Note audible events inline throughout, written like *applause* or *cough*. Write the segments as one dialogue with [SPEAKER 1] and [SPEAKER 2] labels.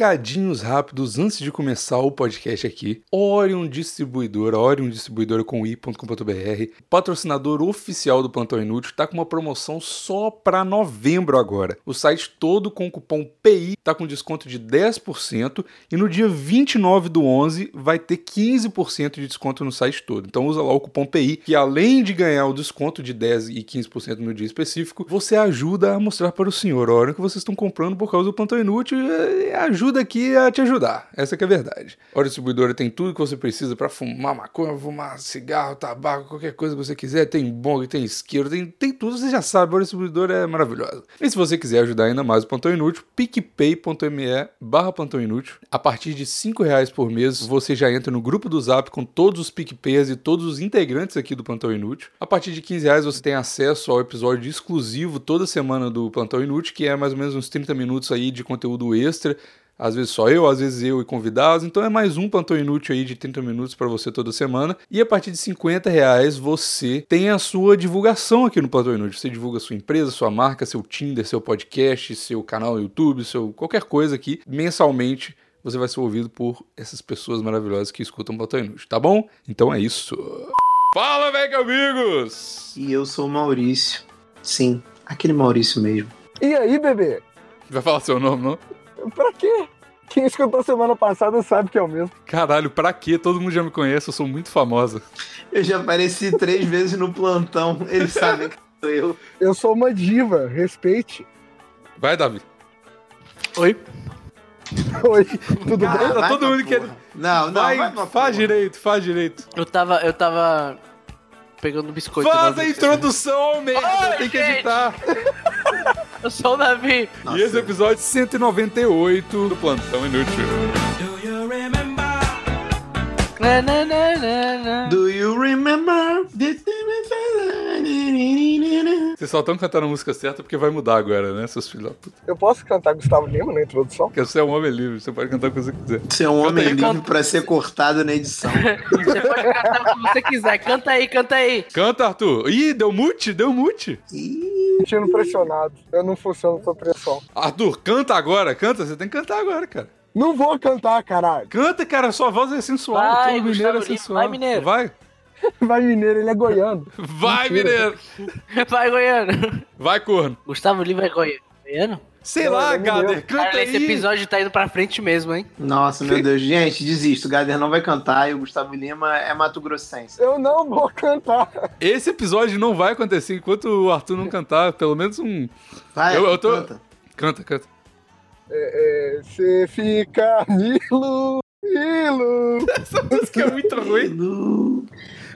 [SPEAKER 1] Recadinhos rápidos antes de começar o podcast aqui. Orion Distribuidora, Orion Distribuidora com i.com.br, patrocinador oficial do Plantão Inútil, tá com uma promoção só para novembro agora. O site todo com o cupom PI tá com desconto de 10% e no dia 29 do 11 vai ter 15% de desconto no site todo. Então usa lá o cupom PI, que além de ganhar o desconto de 10 e 15% no dia específico, você ajuda a mostrar para o senhor a hora que vocês estão comprando por causa do Plantão Inútil é, ajuda aqui a te ajudar. Essa que é a verdade. Hora Distribuidora tem tudo que você precisa para fumar maconha, fumar cigarro, tabaco, qualquer coisa que você quiser. Tem bong, tem isqueiro, tem, tem tudo. Você já sabe, a Hora Distribuidora é maravilhosa. E se você quiser ajudar ainda mais o Plantão Inútil, picpay.me barra Plantão Inútil. A partir de 5 reais por mês, você já entra no grupo do Zap com todos os PicPayers e todos os integrantes aqui do Plantão Inútil. A partir de 15 reais, você tem acesso ao episódio exclusivo toda semana do Plantão Inútil, que é mais ou menos uns 30 minutos aí de conteúdo extra às vezes só eu, às vezes eu e convidados. Então é mais um plantão inútil aí de 30 minutos para você toda semana. E a partir de 50 reais você tem a sua divulgação aqui no plantão inútil. Você divulga sua empresa, sua marca, seu Tinder, seu podcast, seu canal no YouTube, seu qualquer coisa aqui mensalmente. Você vai ser ouvido por essas pessoas maravilhosas que escutam o Plantão Inútil, tá bom? Então é isso. Fala, velho amigos!
[SPEAKER 2] E eu sou o Maurício. Sim, aquele Maurício mesmo.
[SPEAKER 3] E aí, bebê?
[SPEAKER 1] Vai falar seu nome, não?
[SPEAKER 3] Pra quê? Quem escutou semana passada sabe que é o mesmo.
[SPEAKER 1] Caralho, pra quê? Todo mundo já me conhece, eu sou muito famosa.
[SPEAKER 2] Eu já apareci
[SPEAKER 1] *laughs*
[SPEAKER 2] três vezes no plantão, eles sabem que sou eu.
[SPEAKER 3] Eu sou uma diva, respeite. *laughs*
[SPEAKER 1] Vai, Davi.
[SPEAKER 4] Oi?
[SPEAKER 3] Oi, tudo
[SPEAKER 2] Ah,
[SPEAKER 3] bem?
[SPEAKER 1] Tá
[SPEAKER 2] vai
[SPEAKER 1] todo
[SPEAKER 2] pra
[SPEAKER 1] mundo
[SPEAKER 2] porra.
[SPEAKER 1] querendo-
[SPEAKER 2] Não, não,
[SPEAKER 1] vai,
[SPEAKER 2] vai pra
[SPEAKER 1] faz
[SPEAKER 2] porra.
[SPEAKER 1] direito, faz direito.
[SPEAKER 4] Eu tava. Eu tava. Pegando biscoito. né,
[SPEAKER 1] faz
[SPEAKER 4] na
[SPEAKER 1] a
[SPEAKER 4] hora. *laughs*
[SPEAKER 1] introdução, merda, tem que
[SPEAKER 4] gente!
[SPEAKER 1] editar.
[SPEAKER 4] Eu sou o Davi.
[SPEAKER 2] Nossa.
[SPEAKER 1] E esse é o episódio 198 do Plantão Inútil.
[SPEAKER 4] Na, na, na, na, na.
[SPEAKER 2] Do you remember?
[SPEAKER 1] Vocês só estão cantando a música certa porque vai mudar agora, né, seus filhos da puta?
[SPEAKER 3] Eu posso cantar Gustavo Lima na introdução?
[SPEAKER 1] Porque você é um homem livre, você pode cantar o que você quiser.
[SPEAKER 2] Você é um homem
[SPEAKER 4] aí,
[SPEAKER 2] livre
[SPEAKER 4] canta.
[SPEAKER 2] pra ser cortado
[SPEAKER 1] *laughs*
[SPEAKER 2] na edição.
[SPEAKER 4] Você pode cantar o que você quiser. Canta aí, canta aí.
[SPEAKER 1] Canta, Arthur. Ih, deu mute, deu mute.
[SPEAKER 2] Ih,
[SPEAKER 3] Sentindo pressionado. Eu não funciono com pressão.
[SPEAKER 1] Arthur, canta agora, canta. Você tem que cantar agora, cara.
[SPEAKER 3] Não vou cantar, caralho. *laughs*
[SPEAKER 1] Canta, cara, sua voz é sensual.
[SPEAKER 4] Vai,
[SPEAKER 1] todo mineiro é
[SPEAKER 4] Gustavo Lima,
[SPEAKER 1] sensual.
[SPEAKER 4] vai, mineiro.
[SPEAKER 1] Vai,
[SPEAKER 3] Vai mineiro, ele é goiano.
[SPEAKER 1] vai
[SPEAKER 3] Mentira.
[SPEAKER 1] mineiro.
[SPEAKER 4] Vai, Goiano.
[SPEAKER 1] Vai, corno.
[SPEAKER 4] Gustavo Lima é Goi- Goiano?
[SPEAKER 1] Sei
[SPEAKER 3] Não,
[SPEAKER 1] lá,
[SPEAKER 3] é mineiro.
[SPEAKER 1] Gader, canta
[SPEAKER 4] Cara,
[SPEAKER 1] aí.
[SPEAKER 4] esse episódio tá indo pra frente mesmo, hein?
[SPEAKER 2] Nossa, meu Deus. Gente, desisto. O Gader não vai cantar e o Gustavo Lima é Mato Grossense.
[SPEAKER 3] Eu não vou cantar.
[SPEAKER 1] Esse episódio não vai acontecer enquanto o Arthur não cantar pelo menos um.
[SPEAKER 2] Vai,
[SPEAKER 1] Eu- eu tô-
[SPEAKER 2] canta.
[SPEAKER 1] Canta, canta.
[SPEAKER 3] É, Você fica Nilo, Nilo,
[SPEAKER 1] Essa música é muito ruim.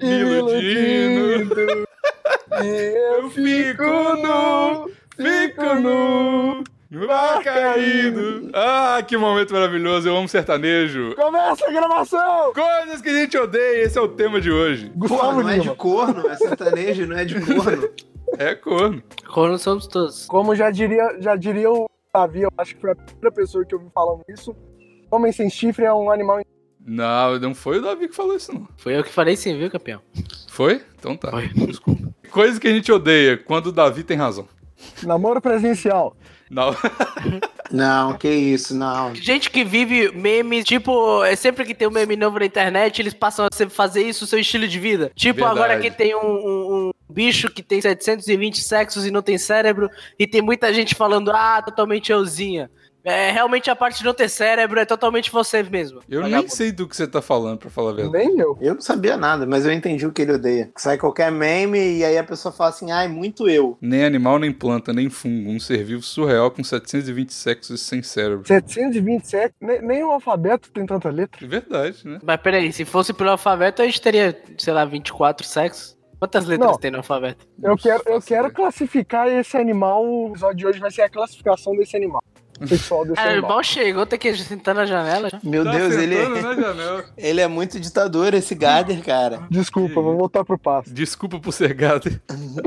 [SPEAKER 1] Me iludindo.
[SPEAKER 3] E
[SPEAKER 1] *laughs*
[SPEAKER 3] eu
[SPEAKER 1] Eu fico nu, fico nu. Vai caindo. Ah, que momento maravilhoso. Eu amo sertanejo.
[SPEAKER 3] Começa a gravação!
[SPEAKER 1] Coisas que a gente odeia. Esse é o tema de hoje.
[SPEAKER 2] Porra,
[SPEAKER 3] Gustavo
[SPEAKER 2] não é de
[SPEAKER 3] Lima.
[SPEAKER 2] corno, é sertanejo, não é de corno.
[SPEAKER 1] *laughs* É corno.
[SPEAKER 4] Corno somos todos.
[SPEAKER 3] Como já diria, já diria o Davi, eu acho que foi a primeira pessoa que eu vi falando isso. Homem sem chifre é um animal.
[SPEAKER 1] Não, não foi o Davi que falou isso, não.
[SPEAKER 4] Foi eu que falei sim, viu, campeão?
[SPEAKER 1] Foi? Então tá.
[SPEAKER 4] Foi.
[SPEAKER 1] Desculpa. Coisas que a gente odeia quando o Davi tem razão.
[SPEAKER 3] Namoro presencial.
[SPEAKER 1] Não. *laughs*
[SPEAKER 2] Não, que isso, não.
[SPEAKER 4] Gente que vive memes, tipo, é sempre que tem um meme novo na internet, eles passam a sempre fazer isso, seu estilo de vida. Tipo,
[SPEAKER 1] Verdade.
[SPEAKER 4] agora que tem um, um- um bicho que tem 720 sexos e não tem cérebro, e tem muita gente falando, ah, totalmente euzinha. É, realmente a parte de não ter cérebro é totalmente você mesmo.
[SPEAKER 1] Eu nem
[SPEAKER 4] Vagabundo.
[SPEAKER 1] sei do que você tá falando, pra falar a verdade.
[SPEAKER 3] Nem eu.
[SPEAKER 2] Eu não sabia nada, mas eu entendi o que ele odeia. Sai qualquer meme e aí a pessoa fala assim, ai, muito eu.
[SPEAKER 1] Nem animal, nem planta, nem fungo. Um ser vivo surreal com 720 sexos e sem cérebro.
[SPEAKER 3] 727, nem, nem o alfabeto tem tanta letra.
[SPEAKER 1] É Verdade, né?
[SPEAKER 4] Mas peraí, se fosse pelo alfabeto, a gente teria, sei lá, 24 sexos. Quantas letras
[SPEAKER 3] Não.
[SPEAKER 4] tem no alfabeto?
[SPEAKER 3] Eu quero, eu
[SPEAKER 1] faço
[SPEAKER 3] quero
[SPEAKER 1] ideia.
[SPEAKER 3] classificar esse animal. O episódio de hoje vai ser a classificação desse animal. O pessoal
[SPEAKER 4] *laughs*
[SPEAKER 3] desse
[SPEAKER 4] Ah, o
[SPEAKER 3] animal.
[SPEAKER 4] irmão chegou, tem que sentar na janela. já.
[SPEAKER 2] Meu
[SPEAKER 1] Tá né?
[SPEAKER 2] Deus, ele,
[SPEAKER 1] sentando na janela.
[SPEAKER 2] ele é muito ditador, esse Gader, cara.
[SPEAKER 3] Desculpa, vou voltar pro passo.
[SPEAKER 1] *laughs* Desculpa por ser gato.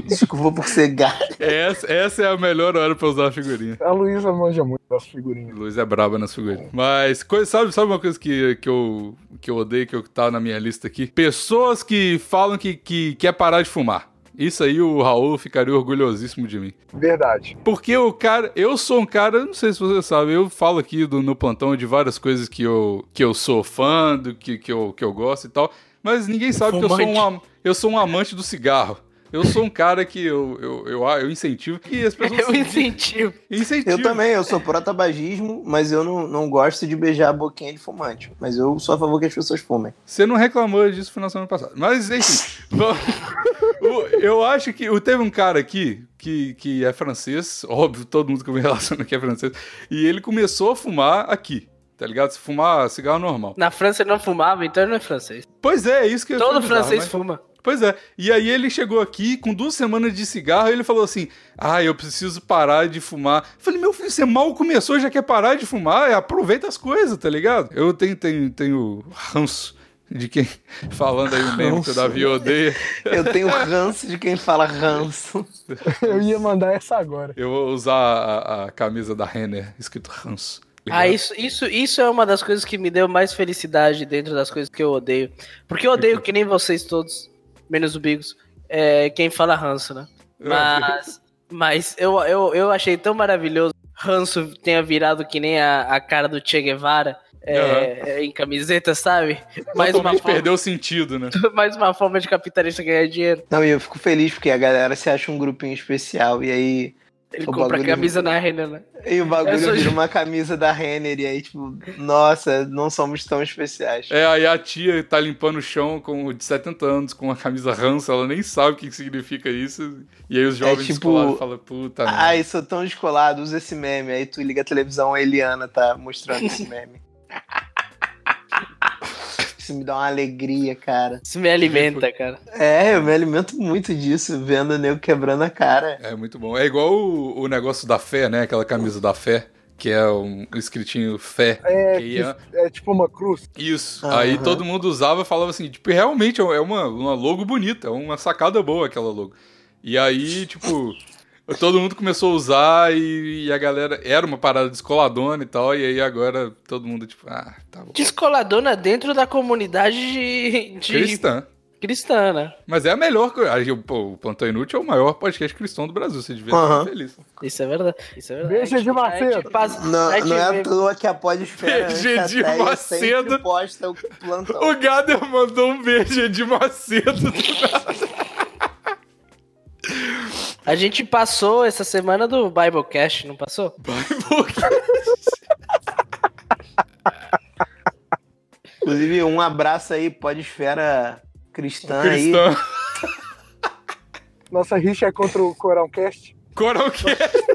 [SPEAKER 2] Desculpa por ser Gader.
[SPEAKER 1] Essa, essa é a melhor hora pra usar a figurinha.
[SPEAKER 3] A Luísa manja muito das figurinhas.
[SPEAKER 1] Luiz é braba nas figurinhas. Mas, coisa, sabe, sabe uma coisa que, que, eu, que eu odeio, que eu, tá na minha lista aqui? Pessoas que falam que, que quer é parar de fumar. Isso aí o Raul ficaria orgulhosíssimo de mim.
[SPEAKER 3] Verdade. *laughs*
[SPEAKER 1] Porque o cara, eu sou um cara, não sei se você sabe, eu falo aqui do- no plantão de várias coisas que eu, que eu sou fã, do que, que, eu, que eu gosto e tal, mas ninguém sabe que eu sou, um, am- eu sou um amante do cigarro. Eu sou um cara que eu, eu, eu, ah, eu incentivo que as pessoas.
[SPEAKER 4] *laughs* Eu incentivo.
[SPEAKER 1] incentivo.
[SPEAKER 2] Eu também, eu sou pró-tabagismo, mas eu não, não gosto de beijar a boquinha de fumante. Mas eu sou a favor que as pessoas fumem.
[SPEAKER 1] Você não reclamou disso no final da semana passada. Mas, enfim. vamos- O- eu acho que. o- Teve um cara aqui que, que é francês, óbvio, todo mundo que eu me relaciono aqui é francês, e ele começou a fumar aqui. Tá ligado? Se fumar cigarro normal.
[SPEAKER 4] Na França ele não fumava, então ele não é francês.
[SPEAKER 1] Pois é, é isso que eu ia
[SPEAKER 4] Todo
[SPEAKER 1] perguntar,
[SPEAKER 4] francês
[SPEAKER 1] mas-
[SPEAKER 4] fuma.
[SPEAKER 1] Pois é. E aí ele chegou aqui com duas semanas de cigarro e ele falou assim: Ah, eu preciso parar de fumar. Eu falei, meu filho, você mal começou, já quer parar de fumar? É, Aproveita as coisas, tá ligado? Eu tenho, tenho, tenho ranço de quem *laughs* falando aí o meme que o
[SPEAKER 2] Ranço.
[SPEAKER 1] Davi odeia.
[SPEAKER 2] Eu tenho ranço de quem fala ranço.
[SPEAKER 3] Eu ia mandar essa agora.
[SPEAKER 1] Eu vou usar a, a camisa da Renner, escrito ranço. ligado?
[SPEAKER 4] Ah, isso, isso, isso é uma das coisas que me deu mais felicidade dentro das coisas que eu odeio. Porque eu odeio que nem vocês todos, menos o Bigos, é, quem fala ranço, né? Mas, mas eu, eu, eu achei tão maravilhoso ranço tenha virado que nem a, a cara do Che Guevara é,
[SPEAKER 1] Aham.
[SPEAKER 4] é, em camiseta, sabe? Mais uma,
[SPEAKER 1] Totalmente
[SPEAKER 4] forma,
[SPEAKER 1] perdeu o sentido, né?
[SPEAKER 4] *laughs* mais uma forma de capitalista ganhar dinheiro.
[SPEAKER 2] Não, e eu fico feliz porque a galera se acha um grupinho especial e aí
[SPEAKER 4] Ele
[SPEAKER 2] O
[SPEAKER 4] compra a
[SPEAKER 2] bagulho-
[SPEAKER 1] é
[SPEAKER 4] camisa na Renner, né?
[SPEAKER 2] e o bagulho
[SPEAKER 4] Eu sou
[SPEAKER 2] vira
[SPEAKER 4] ju-
[SPEAKER 2] uma camisa da Renner e aí tipo, nossa, não somos tão especiais.
[SPEAKER 1] É, aí a tia tá limpando o chão com de 70 anos com a camisa rança, ela nem sabe o que que significa isso. E aí os jovens
[SPEAKER 2] tipo-
[SPEAKER 1] escolares falam, puta merda.
[SPEAKER 2] Ai, sou tão descolado, usa esse meme. Aí tu liga a televisão, a Eliana tá mostrando
[SPEAKER 1] *laughs*
[SPEAKER 2] esse meme. Isso me dá uma alegria, cara.
[SPEAKER 4] Isso me alimenta, cara.
[SPEAKER 2] É, eu me alimento muito disso, vendo o nego quebrando a cara.
[SPEAKER 1] É muito bom. É igual o, o negócio da fé, né? Aquela camisa da fé, que é um escritinho fé.
[SPEAKER 3] É,
[SPEAKER 1] que
[SPEAKER 3] que-
[SPEAKER 1] é-
[SPEAKER 3] é tipo uma cruz.
[SPEAKER 1] Isso.
[SPEAKER 2] Ah, Aham.
[SPEAKER 1] Aí todo mundo usava e falava assim, tipo, realmente é uma, uma logo bonita, é uma sacada boa aquela logo. E aí, tipo, todo mundo começou a usar e, e a galera. Era uma parada descoladona e tal, e aí agora todo mundo, tipo, ah, tá bom.
[SPEAKER 4] Descoladona dentro da comunidade de, de
[SPEAKER 1] Cristã.
[SPEAKER 4] cristã, né?
[SPEAKER 1] Mas é a melhor coisa. Aí, pô, O Plantão Inútil é o maior podcast cristão do Brasil. Você devia
[SPEAKER 2] Aham.
[SPEAKER 1] ficar feliz.
[SPEAKER 4] Isso é verdade. Isso é verdade.
[SPEAKER 3] Beijo,
[SPEAKER 4] A gente-
[SPEAKER 3] Edir
[SPEAKER 4] a gente
[SPEAKER 3] Macedo.
[SPEAKER 4] passa-
[SPEAKER 2] Não,
[SPEAKER 4] a gente
[SPEAKER 2] não é
[SPEAKER 4] vê-
[SPEAKER 2] à toa que
[SPEAKER 1] *laughs*
[SPEAKER 2] a podesfera
[SPEAKER 1] Beijo,
[SPEAKER 2] antes
[SPEAKER 1] Edir
[SPEAKER 2] até, eu
[SPEAKER 1] Macedo.
[SPEAKER 2] sempre posta o
[SPEAKER 1] *laughs*
[SPEAKER 2] plantão.
[SPEAKER 1] O Gader mandou um beijo de Macedo.
[SPEAKER 4] a gente passou essa semana do Biblecast, não passou?
[SPEAKER 2] Inclusive, um abraço aí, podesfera cristã, aí.
[SPEAKER 1] Cristão.
[SPEAKER 3] Nossa rixa é contra o Coralcast.
[SPEAKER 1] Coral Cast. *laughs*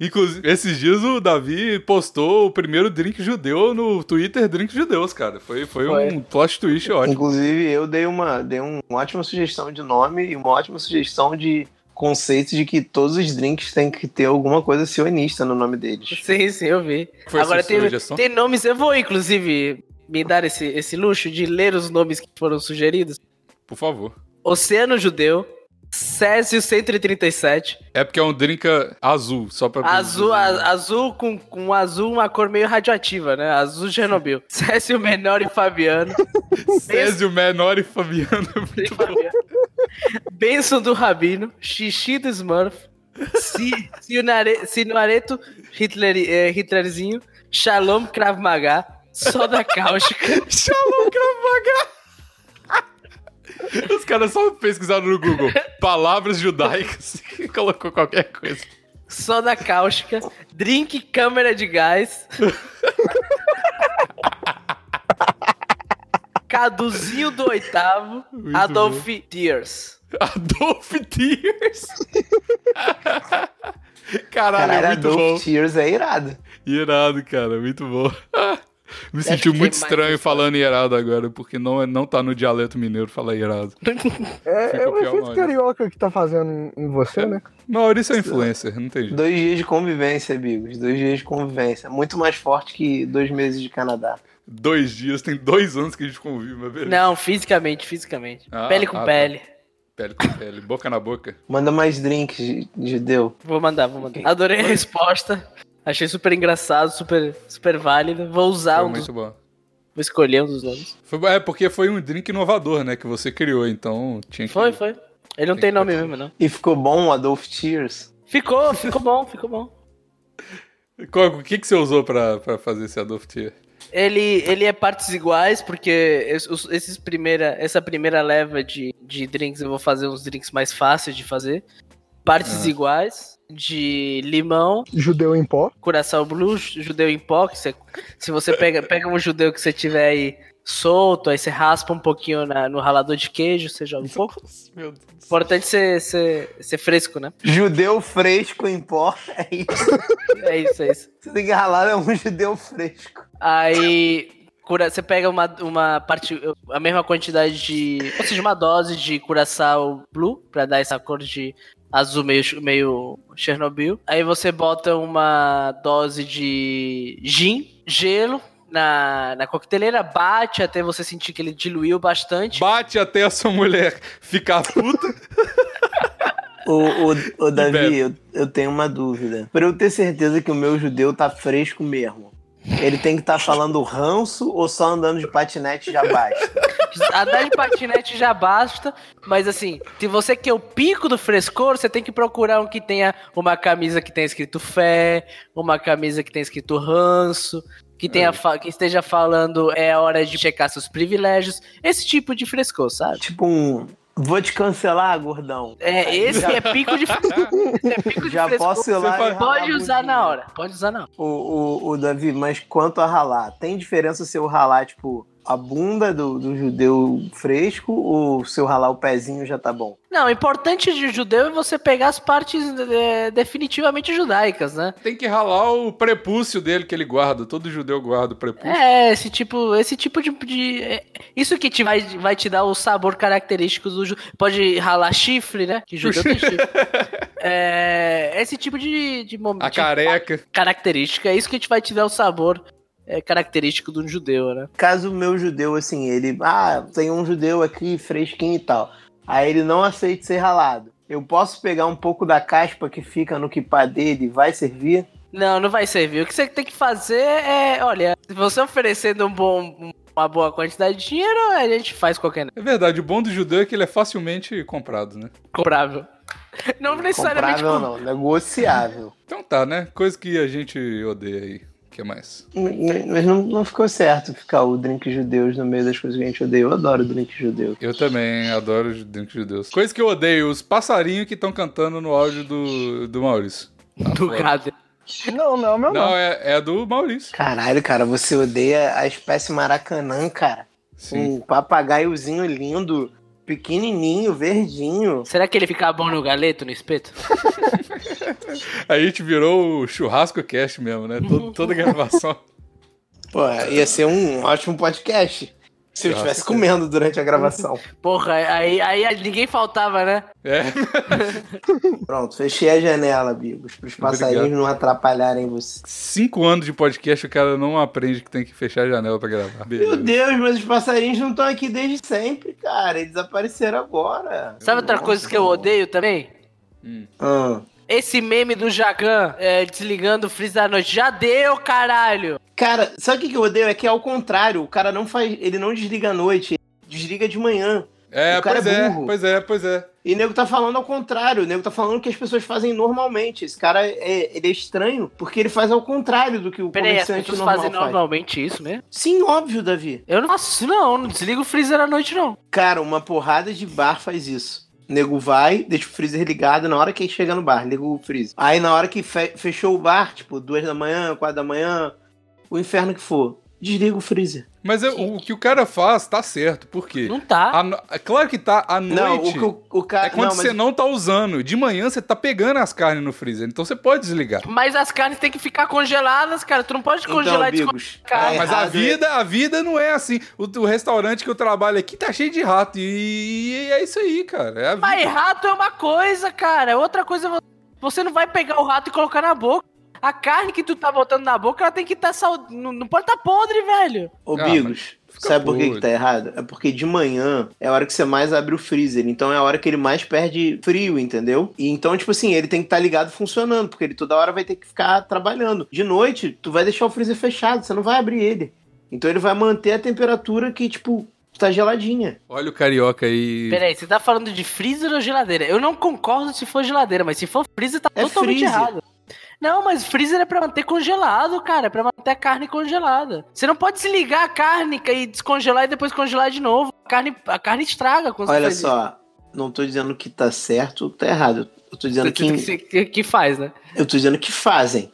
[SPEAKER 1] Inclusive, esses dias o Davi postou o primeiro drink judeu no Twitter Drink Judeus, cara. Foi, foi,
[SPEAKER 4] Foi.
[SPEAKER 1] um plot twist ótimo.
[SPEAKER 2] Inclusive, eu dei uma, dei um- uma ótima sugestão de nome e uma ótima sugestão de conceito de que todos os drinks têm que ter alguma coisa sionista no nome deles.
[SPEAKER 4] Sim, sim, eu vi.
[SPEAKER 1] Foi
[SPEAKER 4] Agora
[SPEAKER 1] sua
[SPEAKER 4] tem,
[SPEAKER 1] sugestão?
[SPEAKER 4] tem nomes, eu vou inclusive me dar esse, esse luxo de ler os nomes que foram sugeridos.
[SPEAKER 1] Por favor.
[SPEAKER 4] Oceano Judeu, Césio 137,
[SPEAKER 1] É porque é um drink ah, azul, só pra...
[SPEAKER 4] azul, a- azul com, com azul uma cor meio radioativa, né? Azul Chernobyl. *laughs* Césio Menor e Fabiano.
[SPEAKER 1] Césio é Menor e Fabiano.
[SPEAKER 4] Sim, Fabiano. Benção do Rabino, Xixi do Smurf, Si- Sinare- Sinuareto Hitler, eh, Hitlerzinho, Shalom Krav Maga, Soda Cáustica.
[SPEAKER 1] Shalom Kravaga. Os caras só pesquisaram no Google palavras judaicas *laughs* e colocou qualquer coisa.
[SPEAKER 4] soda cáustica, drink câmera de gás. Caduzinho do oitavo,
[SPEAKER 1] Muito
[SPEAKER 4] Adolf Dears.
[SPEAKER 1] Adolf Tears. Caralho,
[SPEAKER 2] Caralho,
[SPEAKER 1] é muito bom.
[SPEAKER 2] Adolf Tears é irado.
[SPEAKER 1] Irado, cara, muito bom. Me
[SPEAKER 4] Você acha
[SPEAKER 1] senti
[SPEAKER 4] que
[SPEAKER 1] muito
[SPEAKER 4] tem mais
[SPEAKER 1] estranho
[SPEAKER 4] isso?
[SPEAKER 1] falando irado agora, porque não, é- não tá no dialeto mineiro falar irado.
[SPEAKER 3] É, é
[SPEAKER 1] Fica
[SPEAKER 3] o
[SPEAKER 1] pior,
[SPEAKER 3] efeito
[SPEAKER 1] mano.
[SPEAKER 3] carioca que tá fazendo em- em você, né?
[SPEAKER 1] Maurício é influencer, não tem jeito.
[SPEAKER 2] Dois dias de convivência, amigos. Dois dias de convivência. Muito mais forte que dois meses de Canadá.
[SPEAKER 1] Dois dias, tem dois anos que a gente convive, mas beleza.
[SPEAKER 4] Não, fisicamente, fisicamente.
[SPEAKER 1] Ah,
[SPEAKER 4] pele com
[SPEAKER 1] ah, tá.
[SPEAKER 4] pele.
[SPEAKER 1] Pele com pele, boca na boca.
[SPEAKER 2] Manda mais drinks, judeu.
[SPEAKER 4] Vou mandar, vou mandar. Adorei a resposta. Achei super engraçado, super, super válido. Vou usar
[SPEAKER 1] Foi
[SPEAKER 4] um dos.
[SPEAKER 1] É muito bom.
[SPEAKER 4] Vou escolher um dos nomes.
[SPEAKER 1] Foi- é porque foi um drink inovador, né? Que você criou, então tinha que.
[SPEAKER 4] Foi, foi. Ele não tem, nome mesmo, não.
[SPEAKER 2] E ficou bom Adolf Tears?
[SPEAKER 4] Ficou, ficou bom, ficou bom.
[SPEAKER 1] Qual- O que, que você usou pra, pra fazer esse Adolf Tier?
[SPEAKER 4] Ele, ele é partes iguais, porque es- os- esses primeira, essa primeira leva de, de drinks eu vou fazer uns drinks mais fáceis de fazer. Partes
[SPEAKER 1] Ah.
[SPEAKER 4] iguais de limão,
[SPEAKER 3] Judeu em pó.
[SPEAKER 4] curaçao blue, judeu em pó. Que você- se você pega, pega um judeu que você tiver aí solto, aí você raspa um pouquinho na- no ralador de queijo, você joga um pouco.
[SPEAKER 1] Meu Deus do céu.
[SPEAKER 4] Importante ser, ser, ser fresco, né?
[SPEAKER 2] Judeu fresco em pó. *laughs* É isso.
[SPEAKER 4] É isso, é isso.
[SPEAKER 2] Você tem que ralar é um judeu fresco.
[SPEAKER 4] Aí cura, você pega uma, uma parte, a mesma quantidade de, ou seja, uma dose de curaçao blue pra dar essa cor de azul meio meio Chernobyl. Aí você bota uma dose de gin, gelo na, na coqueteleira, bate até você sentir que ele diluiu bastante.
[SPEAKER 1] Bate até a sua mulher *laughs* ficar puta.
[SPEAKER 2] Ô, ô, ô
[SPEAKER 1] Bebe.
[SPEAKER 2] Davi, eu, eu tenho uma dúvida. Pra eu ter certeza que o meu judeu tá fresco mesmo, ele tem que estar falando ranço ou só andando de patinete já basta? *laughs*
[SPEAKER 4] Andar de patinete já basta, mas assim, se você quer o pico do frescor, você tem que procurar um que tenha uma camisa que tenha escrito fé, uma camisa que tenha escrito ranço, que,
[SPEAKER 2] É.
[SPEAKER 4] tenha fa- que esteja falando é hora de checar seus privilégios, esse tipo de frescor, sabe?
[SPEAKER 2] Tipo um. Vou te cancelar, gordão.
[SPEAKER 4] É, esse é pico
[SPEAKER 2] *laughs*
[SPEAKER 4] de, esse é pico de
[SPEAKER 2] Já
[SPEAKER 4] frescor.
[SPEAKER 2] posso ir lá
[SPEAKER 1] Você
[SPEAKER 2] e ralar
[SPEAKER 4] Pode
[SPEAKER 2] a
[SPEAKER 4] usar
[SPEAKER 2] bundinha.
[SPEAKER 4] na hora, pode usar na hora.
[SPEAKER 2] O, o, o Davi, mas quanto a ralar, tem diferença se eu ralar, tipo, a bunda do, do judeu fresco ou se eu ralar o pezinho já tá bom?
[SPEAKER 4] Não, o importante de judeu é você pegar as partes eh, definitivamente judaicas, né?
[SPEAKER 1] Tem que ralar o prepúcio dele que ele guarda. Todo judeu guarda o prepúcio.
[SPEAKER 4] É, esse tipo, esse tipo de. de- é, isso que te vai, vai te dar o sabor característico do judeu. Pode ralar chifre, né? Que judeu
[SPEAKER 1] *laughs*
[SPEAKER 4] tem chifre. É, esse tipo de, de momento.
[SPEAKER 1] A careca.
[SPEAKER 4] Característica, é isso que te vai te dar o sabor é, característico do judeu, né?
[SPEAKER 2] Caso o meu judeu, assim, ele. Ah, tem um judeu aqui fresquinho e tal. Aí ele não aceita ser ralado. Eu posso pegar um pouco da caspa que fica no quipá dele e vai servir?
[SPEAKER 4] Não, não vai servir. O que você tem que fazer é. Olha, se você oferecendo um bom. Uma boa quantidade de dinheiro, a gente faz qualquer
[SPEAKER 1] É verdade, o bom do judeu é que ele é facilmente comprado, né?
[SPEAKER 4] comprável. Não necessariamente
[SPEAKER 2] Comprável não, tá negociável.
[SPEAKER 1] Então tá, né? Coisa que a gente odeia aí. O que mais?
[SPEAKER 2] Mas não, não ficou certo ficar o drink judeus no meio das coisas que a gente odeia. Eu adoro drink judeu.
[SPEAKER 1] Eu também adoro os drinks judeus. Coisa que eu odeio, os passarinhos que estão cantando no áudio do, do Maurício. Tá
[SPEAKER 4] do
[SPEAKER 1] foda.
[SPEAKER 4] gado.
[SPEAKER 3] Não, não é o meu não.
[SPEAKER 1] Não, é, é do Maurício.
[SPEAKER 2] Caralho, cara, você odeia a espécie maracanã, cara.
[SPEAKER 1] Sim.
[SPEAKER 2] Um papagaiozinho lindo, pequenininho, verdinho.
[SPEAKER 4] Será que ele fica bom no galeto, no espeto?
[SPEAKER 1] A gente virou o churrasco cast mesmo, né? Todo- toda gravação.
[SPEAKER 2] Pô, ia ser um ótimo podcast. Se eu
[SPEAKER 1] Nossa,
[SPEAKER 2] estivesse
[SPEAKER 1] cara.
[SPEAKER 2] comendo durante a gravação.
[SPEAKER 4] Porra, aí, aí, aí ninguém faltava, né?
[SPEAKER 1] É.
[SPEAKER 2] Pronto, fechei a janela, Bigos, para os passarinhos não atrapalharem você.
[SPEAKER 1] Cinco anos de podcast, o cara não aprende que tem que fechar a janela pra gravar.
[SPEAKER 2] Meu
[SPEAKER 1] Beleza.
[SPEAKER 2] Deus, mas os passarinhos não estão aqui desde sempre, cara. Eles apareceram agora.
[SPEAKER 4] Sabe outra coisa que eu odeio também?
[SPEAKER 1] Hum.
[SPEAKER 2] Ah.
[SPEAKER 4] Esse meme do Jagan é, desligando o freeze da noite. Já deu, caralho!
[SPEAKER 2] Cara, sabe o que que eu odeio? É que é ao contrário, o cara não faz. Ele não desliga à noite, ele desliga de manhã.
[SPEAKER 1] É,
[SPEAKER 2] O cara
[SPEAKER 1] pois
[SPEAKER 2] é
[SPEAKER 1] é,
[SPEAKER 2] burro.
[SPEAKER 1] pois é, pois é.
[SPEAKER 2] E o nego tá falando ao contrário, o nego tá falando o que as pessoas fazem normalmente. Esse cara é, ele é estranho porque ele faz ao contrário do que o
[SPEAKER 4] Peraí, as
[SPEAKER 2] comerciante
[SPEAKER 4] pessoas
[SPEAKER 2] normal
[SPEAKER 4] fazem
[SPEAKER 2] faz.
[SPEAKER 4] normalmente isso mesmo?
[SPEAKER 2] Sim, óbvio, Davi.
[SPEAKER 4] Eu não faço isso, não. Não desligo o freezer à noite, não.
[SPEAKER 2] Cara, uma porrada de bar faz isso. O nego vai, deixa o freezer ligado na hora que chega no bar, liga o freezer. Aí na hora que fe- fechou o bar, tipo, duas da manhã, quatro da manhã, o inferno que for, desliga o freezer.
[SPEAKER 1] Mas é- o que o cara faz tá certo, por quê?
[SPEAKER 4] Não tá.
[SPEAKER 1] A no- é Claro que tá à noite.
[SPEAKER 2] Não, o que o, o cara.
[SPEAKER 1] É quando
[SPEAKER 2] não, mas
[SPEAKER 1] você não tá usando. De manhã você tá pegando as carnes no freezer, então você pode desligar.
[SPEAKER 4] Mas as carnes têm que ficar congeladas, cara. Tu não pode congelar e descongelar.
[SPEAKER 2] então, amigos, é
[SPEAKER 4] Tá
[SPEAKER 1] Ah, mas a
[SPEAKER 2] Ah, errado,
[SPEAKER 1] vida, a vida não é assim. O, o restaurante que eu trabalho aqui tá cheio de rato. E, e é isso aí, cara. É a vida.
[SPEAKER 4] Mas rato é uma coisa, cara. Outra coisa, é vo- você não vai pegar o rato e colocar na boca. A carne que tu tá botando na boca, ela tem que estar tá sal... não, não pode estar tá podre, velho.
[SPEAKER 2] Ô,
[SPEAKER 1] Ah,
[SPEAKER 2] Bigos,
[SPEAKER 1] fica
[SPEAKER 2] sabe por que, que
[SPEAKER 1] puto.
[SPEAKER 2] tá errado? É porque de manhã é a hora que você mais abre o freezer. Então é a hora que ele mais perde frio, entendeu? E então, tipo assim, ele tem que estar ligado funcionando, porque ele toda hora vai ter que ficar trabalhando. De noite, tu vai deixar o freezer fechado, você não vai abrir ele. Então ele vai manter a temperatura que, tipo, Tá geladinha.
[SPEAKER 1] Olha o carioca aí.
[SPEAKER 4] Peraí, você tá falando de freezer ou geladeira? Eu não concordo se for geladeira, mas se for freezer, tá
[SPEAKER 2] É
[SPEAKER 4] totalmente
[SPEAKER 2] freezer.
[SPEAKER 4] errado. Não, mas freezer é pra manter congelado, cara. É pra manter a carne congelada. Você não pode desligar a carne e descongelar e depois congelar de novo. A carne, a carne estraga quando
[SPEAKER 2] Olha
[SPEAKER 4] você faz
[SPEAKER 2] só, não tô dizendo que tá certo ou tá errado. Eu tô dizendo
[SPEAKER 4] isso.
[SPEAKER 1] tipo
[SPEAKER 2] que,
[SPEAKER 1] assim
[SPEAKER 4] Que, que, que faz, né?
[SPEAKER 2] eu tô dizendo que fazem.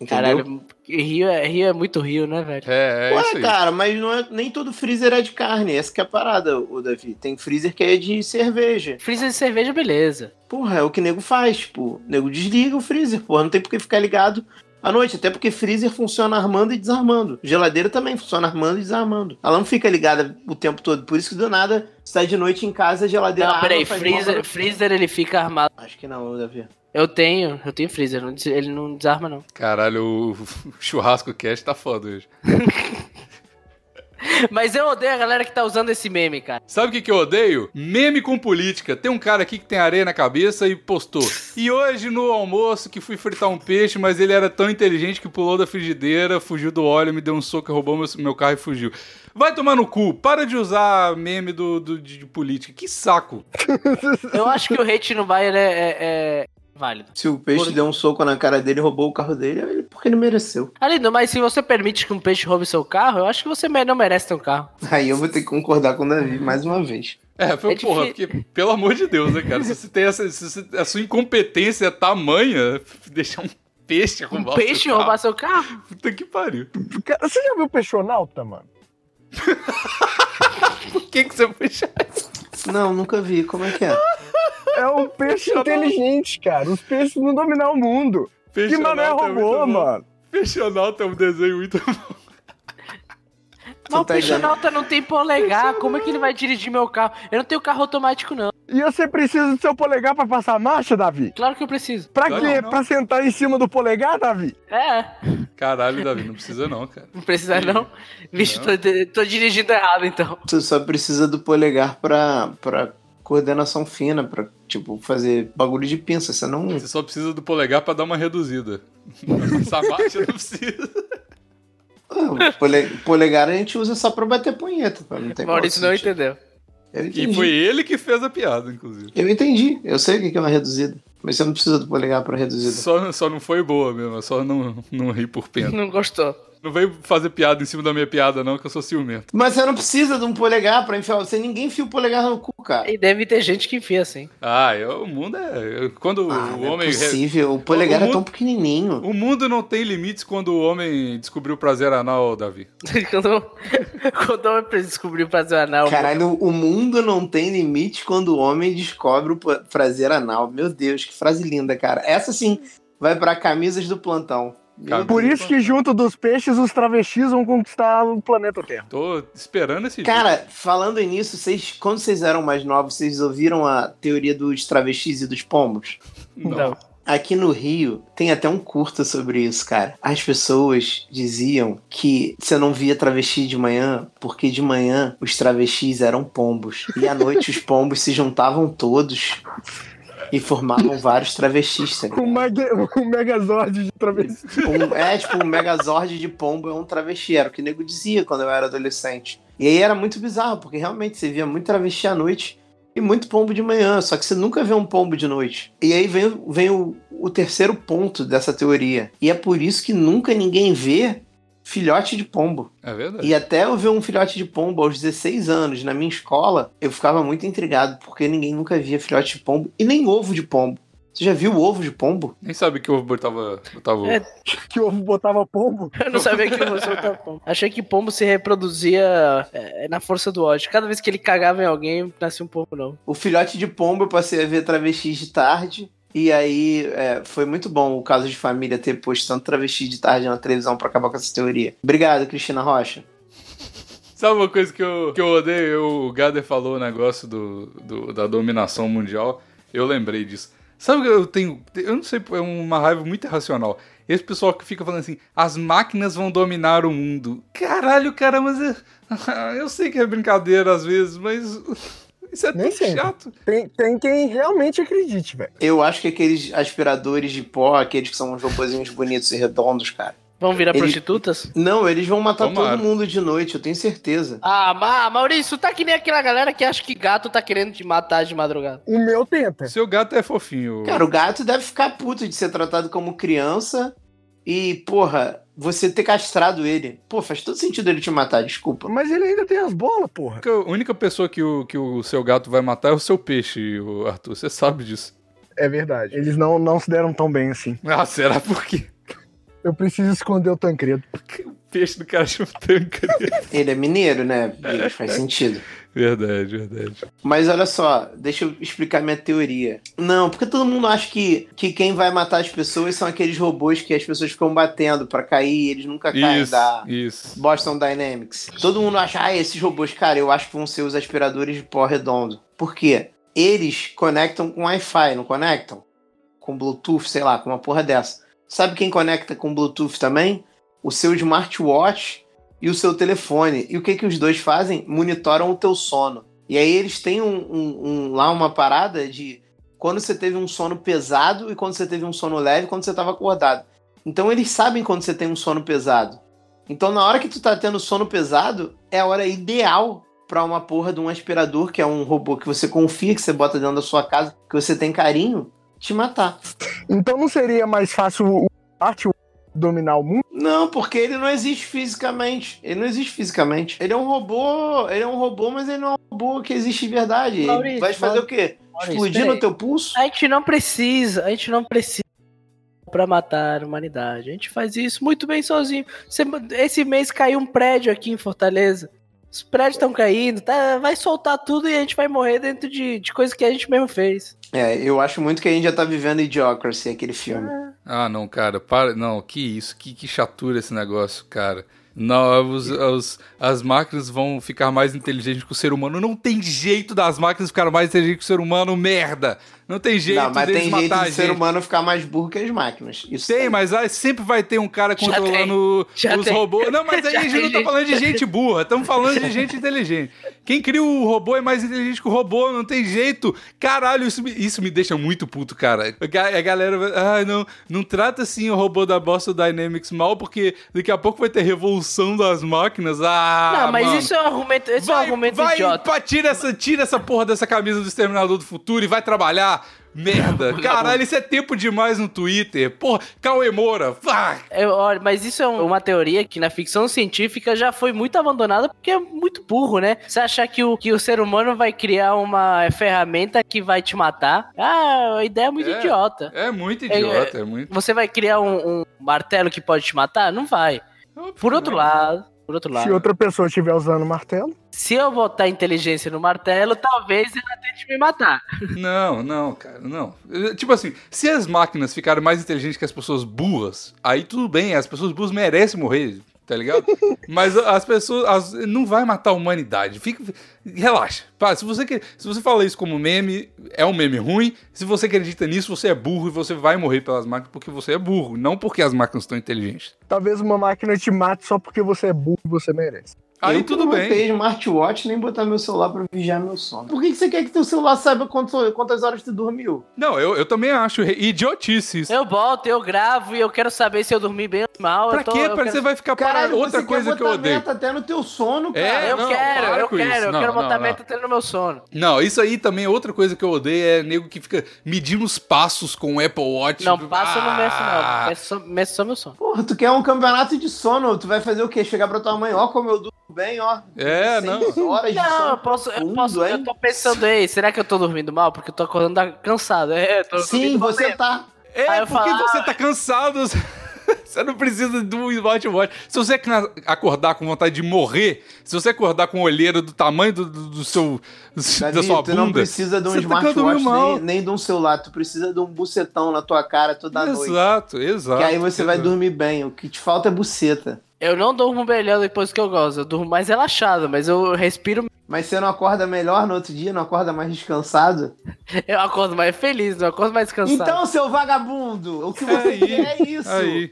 [SPEAKER 2] Entendeu?
[SPEAKER 4] Caralho, Rio é, Rio é muito Rio, né, velho?
[SPEAKER 1] É, é isso
[SPEAKER 2] Ué,
[SPEAKER 1] aí.
[SPEAKER 2] cara, mas não é, nem todo freezer é de carne. Essa que é a parada, o Davi. Tem freezer que é de cerveja.
[SPEAKER 4] Freezer de cerveja, beleza.
[SPEAKER 2] Porra, é o que nego faz, tipo, nego desliga o freezer, porra, não tem por que ficar ligado à noite, até porque freezer funciona armando e desarmando. Geladeira também funciona armando e desarmando. Ela não fica ligada o tempo todo, por isso que do nada, sai de noite em casa, a geladeira
[SPEAKER 4] Não,
[SPEAKER 2] arma,
[SPEAKER 4] peraí,
[SPEAKER 2] faz
[SPEAKER 4] freezer,
[SPEAKER 2] mal pra-
[SPEAKER 4] freezer ele fica armado.
[SPEAKER 2] Acho que não, Davi.
[SPEAKER 4] Eu tenho, eu tenho freezer, não des- ele não desarma, não.
[SPEAKER 1] Caralho, o *laughs* churrasco cast tá foda hoje.
[SPEAKER 4] Mas eu odeio a galera que tá usando esse meme, cara.
[SPEAKER 1] Sabe o que, que eu odeio? Meme com política. Tem um cara aqui que tem areia na cabeça e postou. E hoje no almoço que fui fritar um peixe, mas ele era tão inteligente que pulou da frigideira, fugiu do óleo, me deu um soco, roubou meu, meu carro e fugiu. Vai tomar no cu. Para de usar meme do, do- de, de política. Que saco.
[SPEAKER 4] Eu acho que o hate no Bayern é, é- é válido.
[SPEAKER 2] Se o peixe
[SPEAKER 4] Por-
[SPEAKER 2] deu um soco na cara dele e roubou o carro dele, é porque ele mereceu.
[SPEAKER 4] Além do mais, se você permite que um peixe roube seu carro, eu acho que você me- não merece ter um carro.
[SPEAKER 2] Aí eu vou ter que concordar com o Davi mais uma vez.
[SPEAKER 1] É, foi,
[SPEAKER 4] É difí-
[SPEAKER 1] porra, porque, pelo amor de Deus, né, cara? Se você tem essa. Se você- a sua incompetência é tamanha, *laughs* deixar um peixe
[SPEAKER 4] Um
[SPEAKER 1] roubar o seu
[SPEAKER 4] peixe
[SPEAKER 1] carro.
[SPEAKER 4] roubar seu carro?
[SPEAKER 1] Puta que pariu.
[SPEAKER 3] Cara, você já viu o Peixonauta, mano?
[SPEAKER 1] Por que, que você foi chato?
[SPEAKER 2] Não, nunca vi, como é que é?
[SPEAKER 3] É *laughs* um peixe inteligente, cara. Os peixes não dominam o mundo. Que mané
[SPEAKER 1] Peixonauta é muito bom.
[SPEAKER 3] robô, mano.
[SPEAKER 1] Peixonauta é um desenho muito
[SPEAKER 4] Mas o
[SPEAKER 2] tá
[SPEAKER 4] peixe
[SPEAKER 2] ligado?
[SPEAKER 4] nauta não tem polegar, como é que ele vai dirigir meu carro? Eu não tenho carro automático, não.
[SPEAKER 3] E você precisa do seu polegar pra passar a marcha, Davi?
[SPEAKER 4] Claro que eu preciso.
[SPEAKER 3] Pra
[SPEAKER 1] Não,
[SPEAKER 3] quê?
[SPEAKER 1] não.
[SPEAKER 3] Pra sentar em cima do polegar, Davi?
[SPEAKER 4] É,
[SPEAKER 1] Caralho, Davi, não precisa não, cara.
[SPEAKER 4] não precisa não. Vixe, tô, de- tô dirigindo errado, então.
[SPEAKER 2] Tu só precisa do polegar pra, pra coordenação fina, pra, tipo, fazer bagulho de pinça. Você não.
[SPEAKER 1] Você só precisa do polegar pra dar uma reduzida. *laughs* Essa marcha não precisa.
[SPEAKER 2] Ah, pole- polegar a gente usa só pra bater punheta, pô, não tem
[SPEAKER 4] Maurício não
[SPEAKER 2] qual sentido.
[SPEAKER 4] entendeu.
[SPEAKER 2] Eu entendi.
[SPEAKER 1] E foi ele que fez a piada, inclusive.
[SPEAKER 2] Eu entendi, eu sei o que que é uma reduzida. Mas você não precisa do polegar pra reduzida.
[SPEAKER 1] Só, só não foi boa mesmo, é só não, não ri por pena.
[SPEAKER 4] Não gostou.
[SPEAKER 1] Não veio fazer piada em cima da minha piada, não, que eu sou ciumento.
[SPEAKER 2] Mas você não precisa de um polegar pra enfiar. Você ninguém enfia o polegar no cu, cara.
[SPEAKER 4] E deve ter gente que enfia assim. *laughs*
[SPEAKER 1] Ah, eu- o mundo é. eu- Quando
[SPEAKER 2] Ah,
[SPEAKER 1] o
[SPEAKER 2] não
[SPEAKER 1] homem.
[SPEAKER 2] é possível. O polegar
[SPEAKER 1] O
[SPEAKER 2] é tão
[SPEAKER 1] mundo-
[SPEAKER 2] pequenininho.
[SPEAKER 1] O mundo não tem limites quando o homem descobriu o prazer anal, Davi.
[SPEAKER 4] quando, quando eu descobri fazer o anal.
[SPEAKER 2] Caralho, o mundo não tem limite quando o homem descobre o pra- prazer anal. Meu Deus, que frase linda, cara. Essa sim vai pra camisas do plantão. Meu
[SPEAKER 1] Cam-
[SPEAKER 3] Por isso que junto dos peixes, os travestis vão conquistar o planeta Terra.
[SPEAKER 1] Tô esperando esse dia.
[SPEAKER 2] Cara, falando nisso, vocês, quando vocês eram mais novos, vocês ouviram a teoria dos travestis e dos pombos?
[SPEAKER 1] Não.
[SPEAKER 2] Aqui no Rio tem até um curta sobre isso, cara. As pessoas diziam que você não via travesti de manhã porque de manhã os travestis eram pombos e à noite os pombos se juntavam todos e formavam vários travestis. tá
[SPEAKER 3] Um,
[SPEAKER 2] ligado?
[SPEAKER 3] mega, um megazord de travesti.
[SPEAKER 2] Um- é tipo um megazord de pombo é um travesti, era o que o nego dizia quando eu era adolescente. E aí era muito bizarro, porque realmente você via muito travesti à noite e muito pombo de manhã, só que você nunca vê um pombo de noite. E aí vem, o- vem o, o terceiro ponto dessa teoria. E é por isso que nunca ninguém vê filhote de pombo.
[SPEAKER 1] É verdade.
[SPEAKER 2] E até eu ver um filhote de pombo aos 16 anos na minha escola, eu ficava muito intrigado, porque ninguém nunca via filhote de pombo e nem ovo de pombo. Você já viu o ovo de pombo?
[SPEAKER 1] Nem sabe que eu botava. botava...
[SPEAKER 4] É,
[SPEAKER 3] Que ovo botava pombo.
[SPEAKER 4] *laughs* Eu não sabia que você era pombo. Achei que pombo se reproduzia é, na força do ódio. Cada vez que ele cagava em alguém, nascia um pombo novo.
[SPEAKER 2] O filhote de pombo eu passei a ver travestis de tarde. E aí é, foi muito bom o caso de família ter posto tanto travesti de tarde na televisão pra acabar com essa teoria. Obrigado, Cristina Rocha.
[SPEAKER 1] Sabe uma coisa que eu, que eu odeio? Eu- o Gader falou o negócio do, do- da dominação mundial. Eu lembrei disso. Sabe o que eu tenho? Eu não sei, é uma raiva muito irracional. Esse pessoal que fica falando assim, as máquinas vão dominar o mundo. Caralho, cara, mas é- eu sei que é *laughs* brincadeira às vezes, mas *laughs* isso é
[SPEAKER 3] Nem
[SPEAKER 1] tão
[SPEAKER 3] sempre.
[SPEAKER 1] chato.
[SPEAKER 3] Tem, tem quem realmente acredite, velho.
[SPEAKER 2] Eu acho que aqueles aspiradores de pó, aqueles que são uns robozinhos bonitos e redondos, cara.
[SPEAKER 4] Vão virar
[SPEAKER 2] Ele-
[SPEAKER 4] prostitutas?
[SPEAKER 2] Não, eles vão matar
[SPEAKER 1] Tomara.
[SPEAKER 2] todo mundo de noite, eu tenho certeza.
[SPEAKER 4] Ah, Ma- Maurício, tá que nem aquela galera que acha que gato tá querendo te matar de madrugada.
[SPEAKER 3] O meu tenta.
[SPEAKER 1] Seu gato é fofinho.
[SPEAKER 2] Cara, o gato deve ficar puto de ser tratado como criança e, porra, você ter castrado ele. Pô, faz todo sentido ele te matar, desculpa.
[SPEAKER 3] Mas ele ainda tem as bolas, porra.
[SPEAKER 1] A única pessoa que o, que o seu gato vai matar é o seu peixe, o Arthur. Você sabe disso.
[SPEAKER 3] É verdade. Eles não, não se deram tão bem assim.
[SPEAKER 1] Ah, será por quê?
[SPEAKER 3] Eu preciso esconder o Tancredo.
[SPEAKER 1] O peixe do cara chama
[SPEAKER 2] *laughs*
[SPEAKER 1] tanca.
[SPEAKER 2] Ele é mineiro, né? Bicho, faz sentido.
[SPEAKER 1] Verdade, verdade.
[SPEAKER 2] Mas olha só, deixa eu explicar minha teoria. Não, porque todo mundo acha que, que quem vai matar as pessoas são aqueles robôs que as pessoas ficam batendo pra cair e eles nunca caem
[SPEAKER 1] Isso,
[SPEAKER 2] da
[SPEAKER 1] isso.
[SPEAKER 2] Boston Dynamics. Todo mundo acha, ah, esses robôs, cara, eu acho que vão ser os aspiradores de pó redondo. Por quê? Eles conectam com Wi-Fi, não conectam? Com Bluetooth, sei lá, com uma porra dessa. Sabe quem conecta com Bluetooth também? O seu smartwatch e o seu telefone. E o que, que os dois fazem? Monitoram o teu sono. E aí eles têm um- um- um- lá uma parada de quando você teve um sono pesado e quando você teve um sono leve, quando você estava acordado. Então eles sabem quando você tem um sono pesado. Então, na hora que tu tá tendo sono pesado, é a hora ideal pra uma porra de um aspirador, que é um robô que você confia, que você bota dentro da sua casa, que você tem carinho, te matar.
[SPEAKER 3] Então não seria mais fácil o Arte dominar o mundo?
[SPEAKER 2] Não, porque ele não existe fisicamente. Ele não existe fisicamente. Ele é um robô, ele é um robô, mas ele não é um robô que existe de verdade. Ele
[SPEAKER 4] Maurício,
[SPEAKER 2] vai fazer
[SPEAKER 4] Maurício,
[SPEAKER 2] o quê?
[SPEAKER 4] Maurício,
[SPEAKER 2] Explodir
[SPEAKER 4] peraí.
[SPEAKER 2] no teu pulso?
[SPEAKER 4] A gente não precisa, a gente não precisa pra matar a humanidade. A gente faz isso muito bem sozinho. Sem- Esse mês caiu um prédio aqui em Fortaleza. Os prédios estão caindo, tá? vai soltar tudo e a gente vai morrer dentro de, de coisa que a gente mesmo fez.
[SPEAKER 2] É, eu acho muito que a gente já tá vivendo Idiocracy, aquele filme.
[SPEAKER 1] Ah, não, cara, para. Não, que isso, que, que chatura esse negócio, cara. Não, os- os- as máquinas vão ficar mais inteligentes que o ser humano. Não tem jeito das máquinas ficarem mais inteligentes que o ser humano, merda! Não tem jeito
[SPEAKER 2] não, mas
[SPEAKER 1] deles
[SPEAKER 2] tem jeito
[SPEAKER 1] matar
[SPEAKER 2] do
[SPEAKER 1] a
[SPEAKER 2] ser
[SPEAKER 1] gente.
[SPEAKER 2] humano ficar mais burro que as máquinas. Isso é
[SPEAKER 1] Tem, mas aí sempre vai ter um cara
[SPEAKER 4] Já
[SPEAKER 1] controlando
[SPEAKER 4] tem, já
[SPEAKER 1] os
[SPEAKER 4] tem.
[SPEAKER 1] robôs. Não, mas aí
[SPEAKER 4] *laughs* Já
[SPEAKER 1] a gente
[SPEAKER 4] tem
[SPEAKER 1] não tá
[SPEAKER 4] gente.
[SPEAKER 1] falando de gente burra, estamos falando de gente inteligente. Quem cria o robô é mais inteligente que o robô, não tem jeito. Caralho, isso me, isso me deixa muito puto, cara. A ga- a galera vai. Ai, não, não trata assim o robô da Boston Dynamics mal, porque daqui a pouco vai ter revolução das máquinas. Ah,
[SPEAKER 4] não, mas
[SPEAKER 1] mano.
[SPEAKER 4] isso é um argumento, esse é um argumento
[SPEAKER 1] vai,
[SPEAKER 4] idiota.
[SPEAKER 1] pá, tira essa, tira essa porra dessa camisa do Exterminador do Futuro e vai trabalhar. Merda. Caralho, isso é tempo demais no Twitter. Porra, Cauê Moura. vá.
[SPEAKER 4] Eu, olha, mas isso é um- uma teoria que na ficção científica já foi muito abandonada porque é muito burro, né? Você achar que o, que o ser humano vai criar uma ferramenta que vai te matar, ah, a ideia é muito
[SPEAKER 1] É.
[SPEAKER 4] idiota.
[SPEAKER 1] É muito idiota, é, muito.
[SPEAKER 4] Você vai criar um, um martelo que pode te matar? Não vai. Por outro lado, por outro
[SPEAKER 3] Se
[SPEAKER 4] lado,
[SPEAKER 3] outra pessoa estiver usando o martelo,
[SPEAKER 4] se eu botar inteligência no martelo, talvez ela tente me matar.
[SPEAKER 1] Não, não, cara, não. Eh, Tipo assim, se as máquinas ficarem mais inteligentes que as pessoas burras, aí tudo bem, as pessoas burras merecem morrer, tá
[SPEAKER 2] *laughs*
[SPEAKER 1] ligado? Mas a- as pessoas. as- não vai matar a humanidade. Fica, relaxa. Pá, se, você, que- se você fala isso como meme, é um meme ruim. Se você acredita nisso, você é burro e você vai morrer pelas máquinas porque você é burro, não porque as máquinas estão inteligentes.
[SPEAKER 3] talvez uma máquina te mate só porque você é burro e você merece.
[SPEAKER 1] Aí
[SPEAKER 2] eu
[SPEAKER 1] tudo
[SPEAKER 2] não
[SPEAKER 1] bem.
[SPEAKER 2] botei smartwatch nem botar meu celular pra vigiar meu sono. Por que, que você quer que teu celular saiba quanto- quantas horas tu dormiu?
[SPEAKER 1] Não, eu, eu também acho re- idiotice isso.
[SPEAKER 4] Eu boto, eu gravo e eu quero saber se eu dormi bem ou mal.
[SPEAKER 1] Pra
[SPEAKER 4] eu tô-
[SPEAKER 1] quê?
[SPEAKER 4] eu
[SPEAKER 1] Pra
[SPEAKER 4] quero-
[SPEAKER 1] você vai ficar
[SPEAKER 2] Caralho,
[SPEAKER 1] parado. Outra
[SPEAKER 2] você
[SPEAKER 1] coisa
[SPEAKER 2] quer
[SPEAKER 1] que eu
[SPEAKER 2] botar
[SPEAKER 1] odeio.
[SPEAKER 2] meta até no teu sono,
[SPEAKER 1] É,
[SPEAKER 2] cara.
[SPEAKER 4] Ah, Eu
[SPEAKER 1] não,
[SPEAKER 4] quero,
[SPEAKER 1] para
[SPEAKER 4] eu
[SPEAKER 1] com
[SPEAKER 4] quero,
[SPEAKER 1] isso.
[SPEAKER 4] eu
[SPEAKER 1] Não,
[SPEAKER 4] quero
[SPEAKER 1] não,
[SPEAKER 4] botar
[SPEAKER 1] não.
[SPEAKER 4] meta até no meu sono.
[SPEAKER 1] Não, isso aí também é outra coisa que eu odeio, é nego que fica medindo os passos com o Apple Watch.
[SPEAKER 4] Não, passa no meço, não.
[SPEAKER 1] Tipo, Ah,
[SPEAKER 4] Meço só, meço só meu sono.
[SPEAKER 2] Porra, tu quer um campeonato de sono, tu vai fazer o quê? Chegar pra tua mãe, ó como eu durmo bem, ó.
[SPEAKER 1] É, não.
[SPEAKER 2] Seis horas de
[SPEAKER 4] Não, eu
[SPEAKER 2] sono.
[SPEAKER 4] posso, eu
[SPEAKER 2] profundo,
[SPEAKER 4] posso, eu
[SPEAKER 2] é um hein?
[SPEAKER 4] tô pensando, ei, será que eu tô dormindo mal? Porque eu tô acordando da- cansado. É, eu tô
[SPEAKER 2] Sim,
[SPEAKER 4] dormindo mal
[SPEAKER 2] você
[SPEAKER 4] mesmo.
[SPEAKER 2] tá...
[SPEAKER 1] É,
[SPEAKER 4] Aí eu
[SPEAKER 1] porque
[SPEAKER 4] falo, "Ah."
[SPEAKER 1] você tá cansado. *laughs* Você não precisa do Smart Watch. Se você ca- acordar com vontade de morrer, se você acordar com o olheiro do tamanho do, do- do seu. da
[SPEAKER 2] Davi,
[SPEAKER 1] sua
[SPEAKER 2] tu não
[SPEAKER 1] bunda.
[SPEAKER 2] precisa de um
[SPEAKER 1] você tá dormindo
[SPEAKER 2] smartwatch
[SPEAKER 1] mal.
[SPEAKER 2] nem, nem de um celular, tu precisa de um bucetão na tua cara toda noite.
[SPEAKER 1] exato, exato.
[SPEAKER 2] Que aí você vai
[SPEAKER 1] exato.
[SPEAKER 2] dormir bem, o que te falta é buceta.
[SPEAKER 4] Eu não durmo melhor depois que eu gosto. Eu durmo mais relaxado, mas eu respiro. *laughs*
[SPEAKER 2] Mas você não acorda melhor no outro dia, não acorda mais descansado?
[SPEAKER 4] Eu acordo mais feliz, eu acordo mais cansado.
[SPEAKER 2] Então, seu vagabundo, o que você
[SPEAKER 1] Aí,
[SPEAKER 2] quer é isso.
[SPEAKER 1] Aí.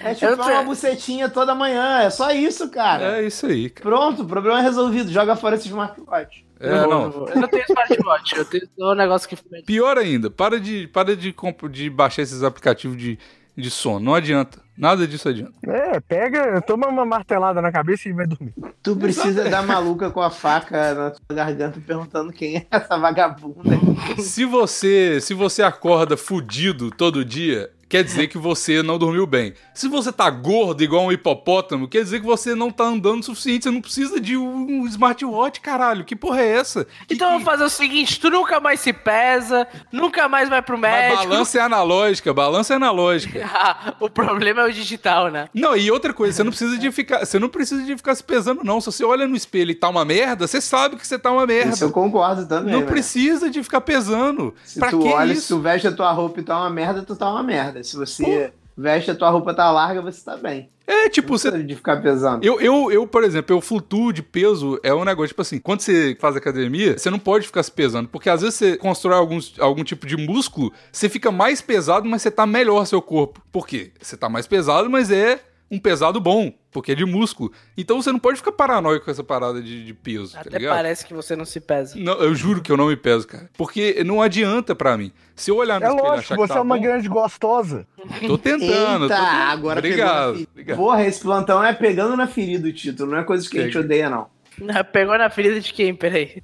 [SPEAKER 2] É chupar
[SPEAKER 4] Eu tô-
[SPEAKER 2] uma bucetinha toda manhã, é só isso, cara.
[SPEAKER 1] É isso aí, cara.
[SPEAKER 2] Pronto, o problema é resolvido, joga fora esse smartwatch.
[SPEAKER 1] É,
[SPEAKER 4] não, vou,
[SPEAKER 1] não.
[SPEAKER 4] não vou. Eu não tenho smartwatch, eu tenho só um negócio que.
[SPEAKER 1] Pior ainda, para de, para de, comp- de baixar esses aplicativos de, de sono. Não adianta. Nada disso adianta.
[SPEAKER 5] É, pega, toma uma martelada na cabeça e vai dormir.
[SPEAKER 2] Tu precisa da maluca com a faca na tua garganta perguntando quem é essa vagabunda.
[SPEAKER 1] É Se você, se você acorda fudido todo dia, quer dizer que você não dormiu bem. Se você tá gordo igual um hipopótamo, quer dizer que você não tá andando o suficiente. Você não precisa de um smartwatch, caralho. Que porra é essa? Que-
[SPEAKER 4] Então
[SPEAKER 1] que-
[SPEAKER 4] vamos fazer o seguinte: tu nunca mais se pesa, nunca mais vai pro
[SPEAKER 1] Mas
[SPEAKER 4] médico.
[SPEAKER 1] balança é analógica, balança é analógica.
[SPEAKER 4] *laughs* Ah, o problema é o digital, né?
[SPEAKER 1] Não, e outra coisa, você não precisa de ficar, você não precisa de ficar se pesando não. Se você olha no espelho e tá uma merda, você sabe que você tá uma
[SPEAKER 2] Isso eu
[SPEAKER 1] merda.
[SPEAKER 2] concordo também.
[SPEAKER 1] Não
[SPEAKER 2] velho.
[SPEAKER 1] precisa de ficar pesando.
[SPEAKER 2] né? Se
[SPEAKER 1] pra
[SPEAKER 2] tu
[SPEAKER 1] que
[SPEAKER 2] olha, se
[SPEAKER 1] isso?
[SPEAKER 2] tu veste a tua roupa e tá uma merda, tu tá uma merda. Se você veste a tua roupa tá larga, você tá bem.
[SPEAKER 1] É, tipo,
[SPEAKER 2] Não
[SPEAKER 1] você
[SPEAKER 2] precisa de ficar pesando.
[SPEAKER 1] Eu, eu, eu, por exemplo, eu flutuo de peso, é um negócio, tipo assim, quando você faz academia, você não pode ficar se pesando, porque às vezes você constrói alguns, algum tipo de músculo, você fica mais pesado, mas você tá melhor seu corpo. Por quê? Você tá mais pesado, mas é um pesado bom, porque é de músculo. Então você não pode ficar paranoico com essa parada de, de peso, tá
[SPEAKER 4] Até
[SPEAKER 1] ligado?
[SPEAKER 4] parece que você não se pesa.
[SPEAKER 1] Não, eu juro que eu não me peso, cara. Porque não adianta pra mim. Se eu olhar no
[SPEAKER 3] É
[SPEAKER 1] espelho e
[SPEAKER 3] lógico,
[SPEAKER 1] achar que
[SPEAKER 3] você
[SPEAKER 1] tá
[SPEAKER 3] é uma
[SPEAKER 1] bom,
[SPEAKER 3] grande gostosa.
[SPEAKER 1] tô tentando. tô
[SPEAKER 2] Eita,
[SPEAKER 1] tentando.
[SPEAKER 2] agora pegou na
[SPEAKER 1] obrigado,
[SPEAKER 2] ferida.
[SPEAKER 1] obrigado.
[SPEAKER 2] Porra, esse plantão é pegando na ferida o título, não é coisa que a gente
[SPEAKER 1] Pega.
[SPEAKER 2] odeia, não.
[SPEAKER 4] Não, Pegou na ferida de quem? Peraí.